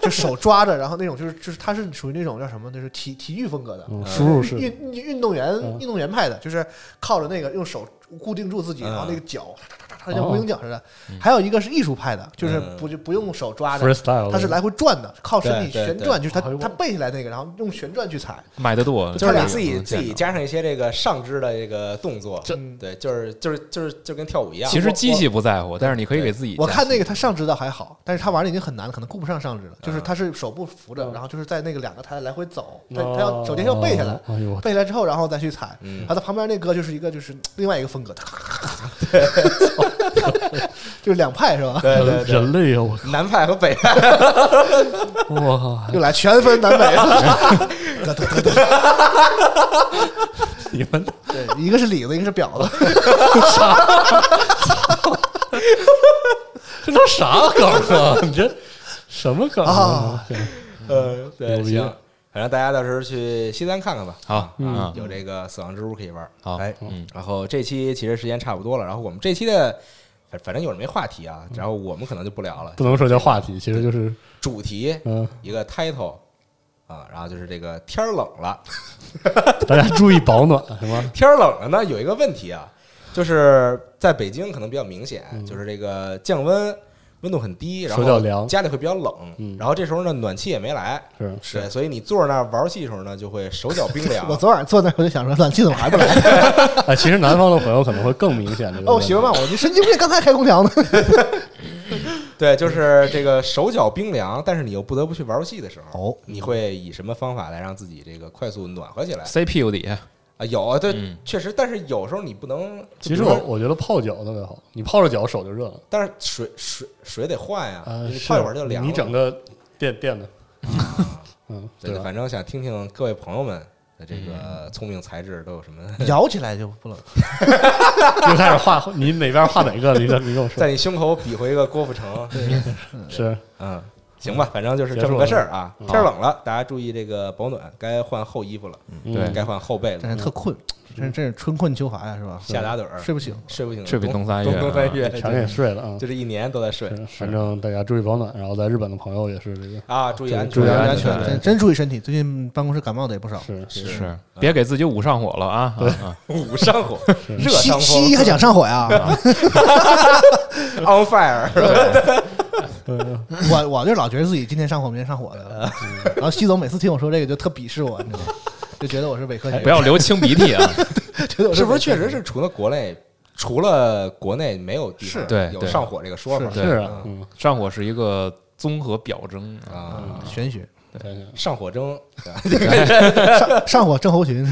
就手抓着，然后那种就是就是他是属于那种叫什么，就是体体育风格的，
嗯输入式
运运运动员
嗯
运动员派的，就是靠着那个用手固定住自己，
嗯
然后那个脚哒哒哒哒
哦
像无影脚似的。还有一个是艺术派的，就是
嗯
不就不用手抓的，
freestyle，
他是来回转的，靠身体
对对
旋转，就是他他背下来那个，然后用旋转去踩。
买得多，
就是
这
你
个
自己
嗯
自己加上一些这个上肢的这个动作，
嗯
对，就是就是就是就跟跳舞一样。
其实
我
机器不在乎，但是你可以给自己加。
我看那个他上肢的还好，但是他玩的已经很难了，可能顾不上上肢了。
嗯
就是他是手部扶
嗯
着，然后就是在那个两个台来回走，他他要首先要背下来
哦，哎呦我
背下来之后，然后再去踩。
嗯
然后他旁边那哥就是一个就是另外一个风格，他咔咔咔咔， 就是两派是吧？
对 对对，
人类呀，啊我
南派和北派，
哇，
又来全分南北，得得得得，
你们
对，一个是里子，一个是婊子，
这都啥梗啊？ 你这什么梗啊？
呃，对，
牛逼
行，反正大家到时候去西单看看吧。啊
好，
嗯
嗯，
有这个死亡之屋可以玩。
好
哎，
嗯
然后这期其实时间差不多了，然后我们这期的反反正有人没话题啊，然后我们可能就不聊了
不。能说叫话题，其实就是
主题
嗯，
一个 title 啊，然后就是这个天儿冷了，
大家注意保暖，是吗？
天儿冷了呢，有一个问题啊，就是在北京可能比较明显，
嗯
就是这个降温。温度很低，然
手脚
后
凉
家里会比较冷，
嗯
然后这时候呢，暖气也没来，
是
对，所以你坐那儿玩游戏的时候呢，就会手脚冰 凉。
我昨晚坐那儿我就想说，暖气怎么还不来？
啊，其实南方的朋友可能会更明显这个。
哦，媳妇骂我，你神经病，刚才开空调呢。
对，就是这个手脚冰凉，但是你又不得不去玩游戏的时候，
哦
你会以什么方法来让自己这个快速暖和起来？
，C P U 底下，
啊，有对，确实，但是有时候你不能，
其实我我觉得泡脚特别好，你泡着脚手就热了，
但是水水水得换呀，
啊
你，
是
泡一会儿就凉了。
你整个电电 的，嗯，
对
对
的，
吧？
反正想听听各位朋友们的这个
嗯
聪明才智都有什么。
摇起来就不冷，
就开始画，你哪边画哪个？你你跟我说
在，你胸口比划一个郭富城，
是
嗯，行吧，反正就是这么个事儿啊。
结束了
天儿冷了，大家注意这个保暖，该换厚衣服了，
嗯对
该换厚被了。
真是特困，真真是春困秋乏呀，是吧？
夏打盹儿
睡不醒，
睡不醒，
睡不
冬
冬三月
冬冬三月，
全给睡了啊嗯
就这一年都在睡。
反正大家注意保暖，然后在日本的朋友也是这个
啊注意安全
注意安
对真真注意身体。最近办公室感冒的也不少，
是
是，别给自己捂上火了啊！
对
啊，
捂上火，热
西
上风，
西医还想上火呀？
？On fire，
我我就老觉得自己今天上火，明天上火的。然后西总每次听我说这个就特鄙视我，你知道吗？就觉得我是伪科学，
哎不要流清鼻涕啊！
觉得我
是不
伪科
是确
学
实是除了国内，除了国内没有地方
是
对
有
对
上火这个说法？
对，
啊
嗯上火是一个综合表征啊，
啊，
玄学？
上火蒸，对吧
上上火症候群。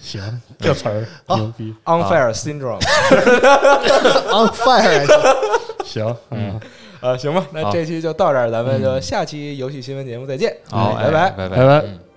行，这词儿牛逼
on fire syndrome。
on fire，
行，嗯，
啊，行吧，那
好
这期就到这儿，咱们就下期游戏新闻节目再见。
好，
嗯哎拜
哎
拜。
拜
拜拜
嗯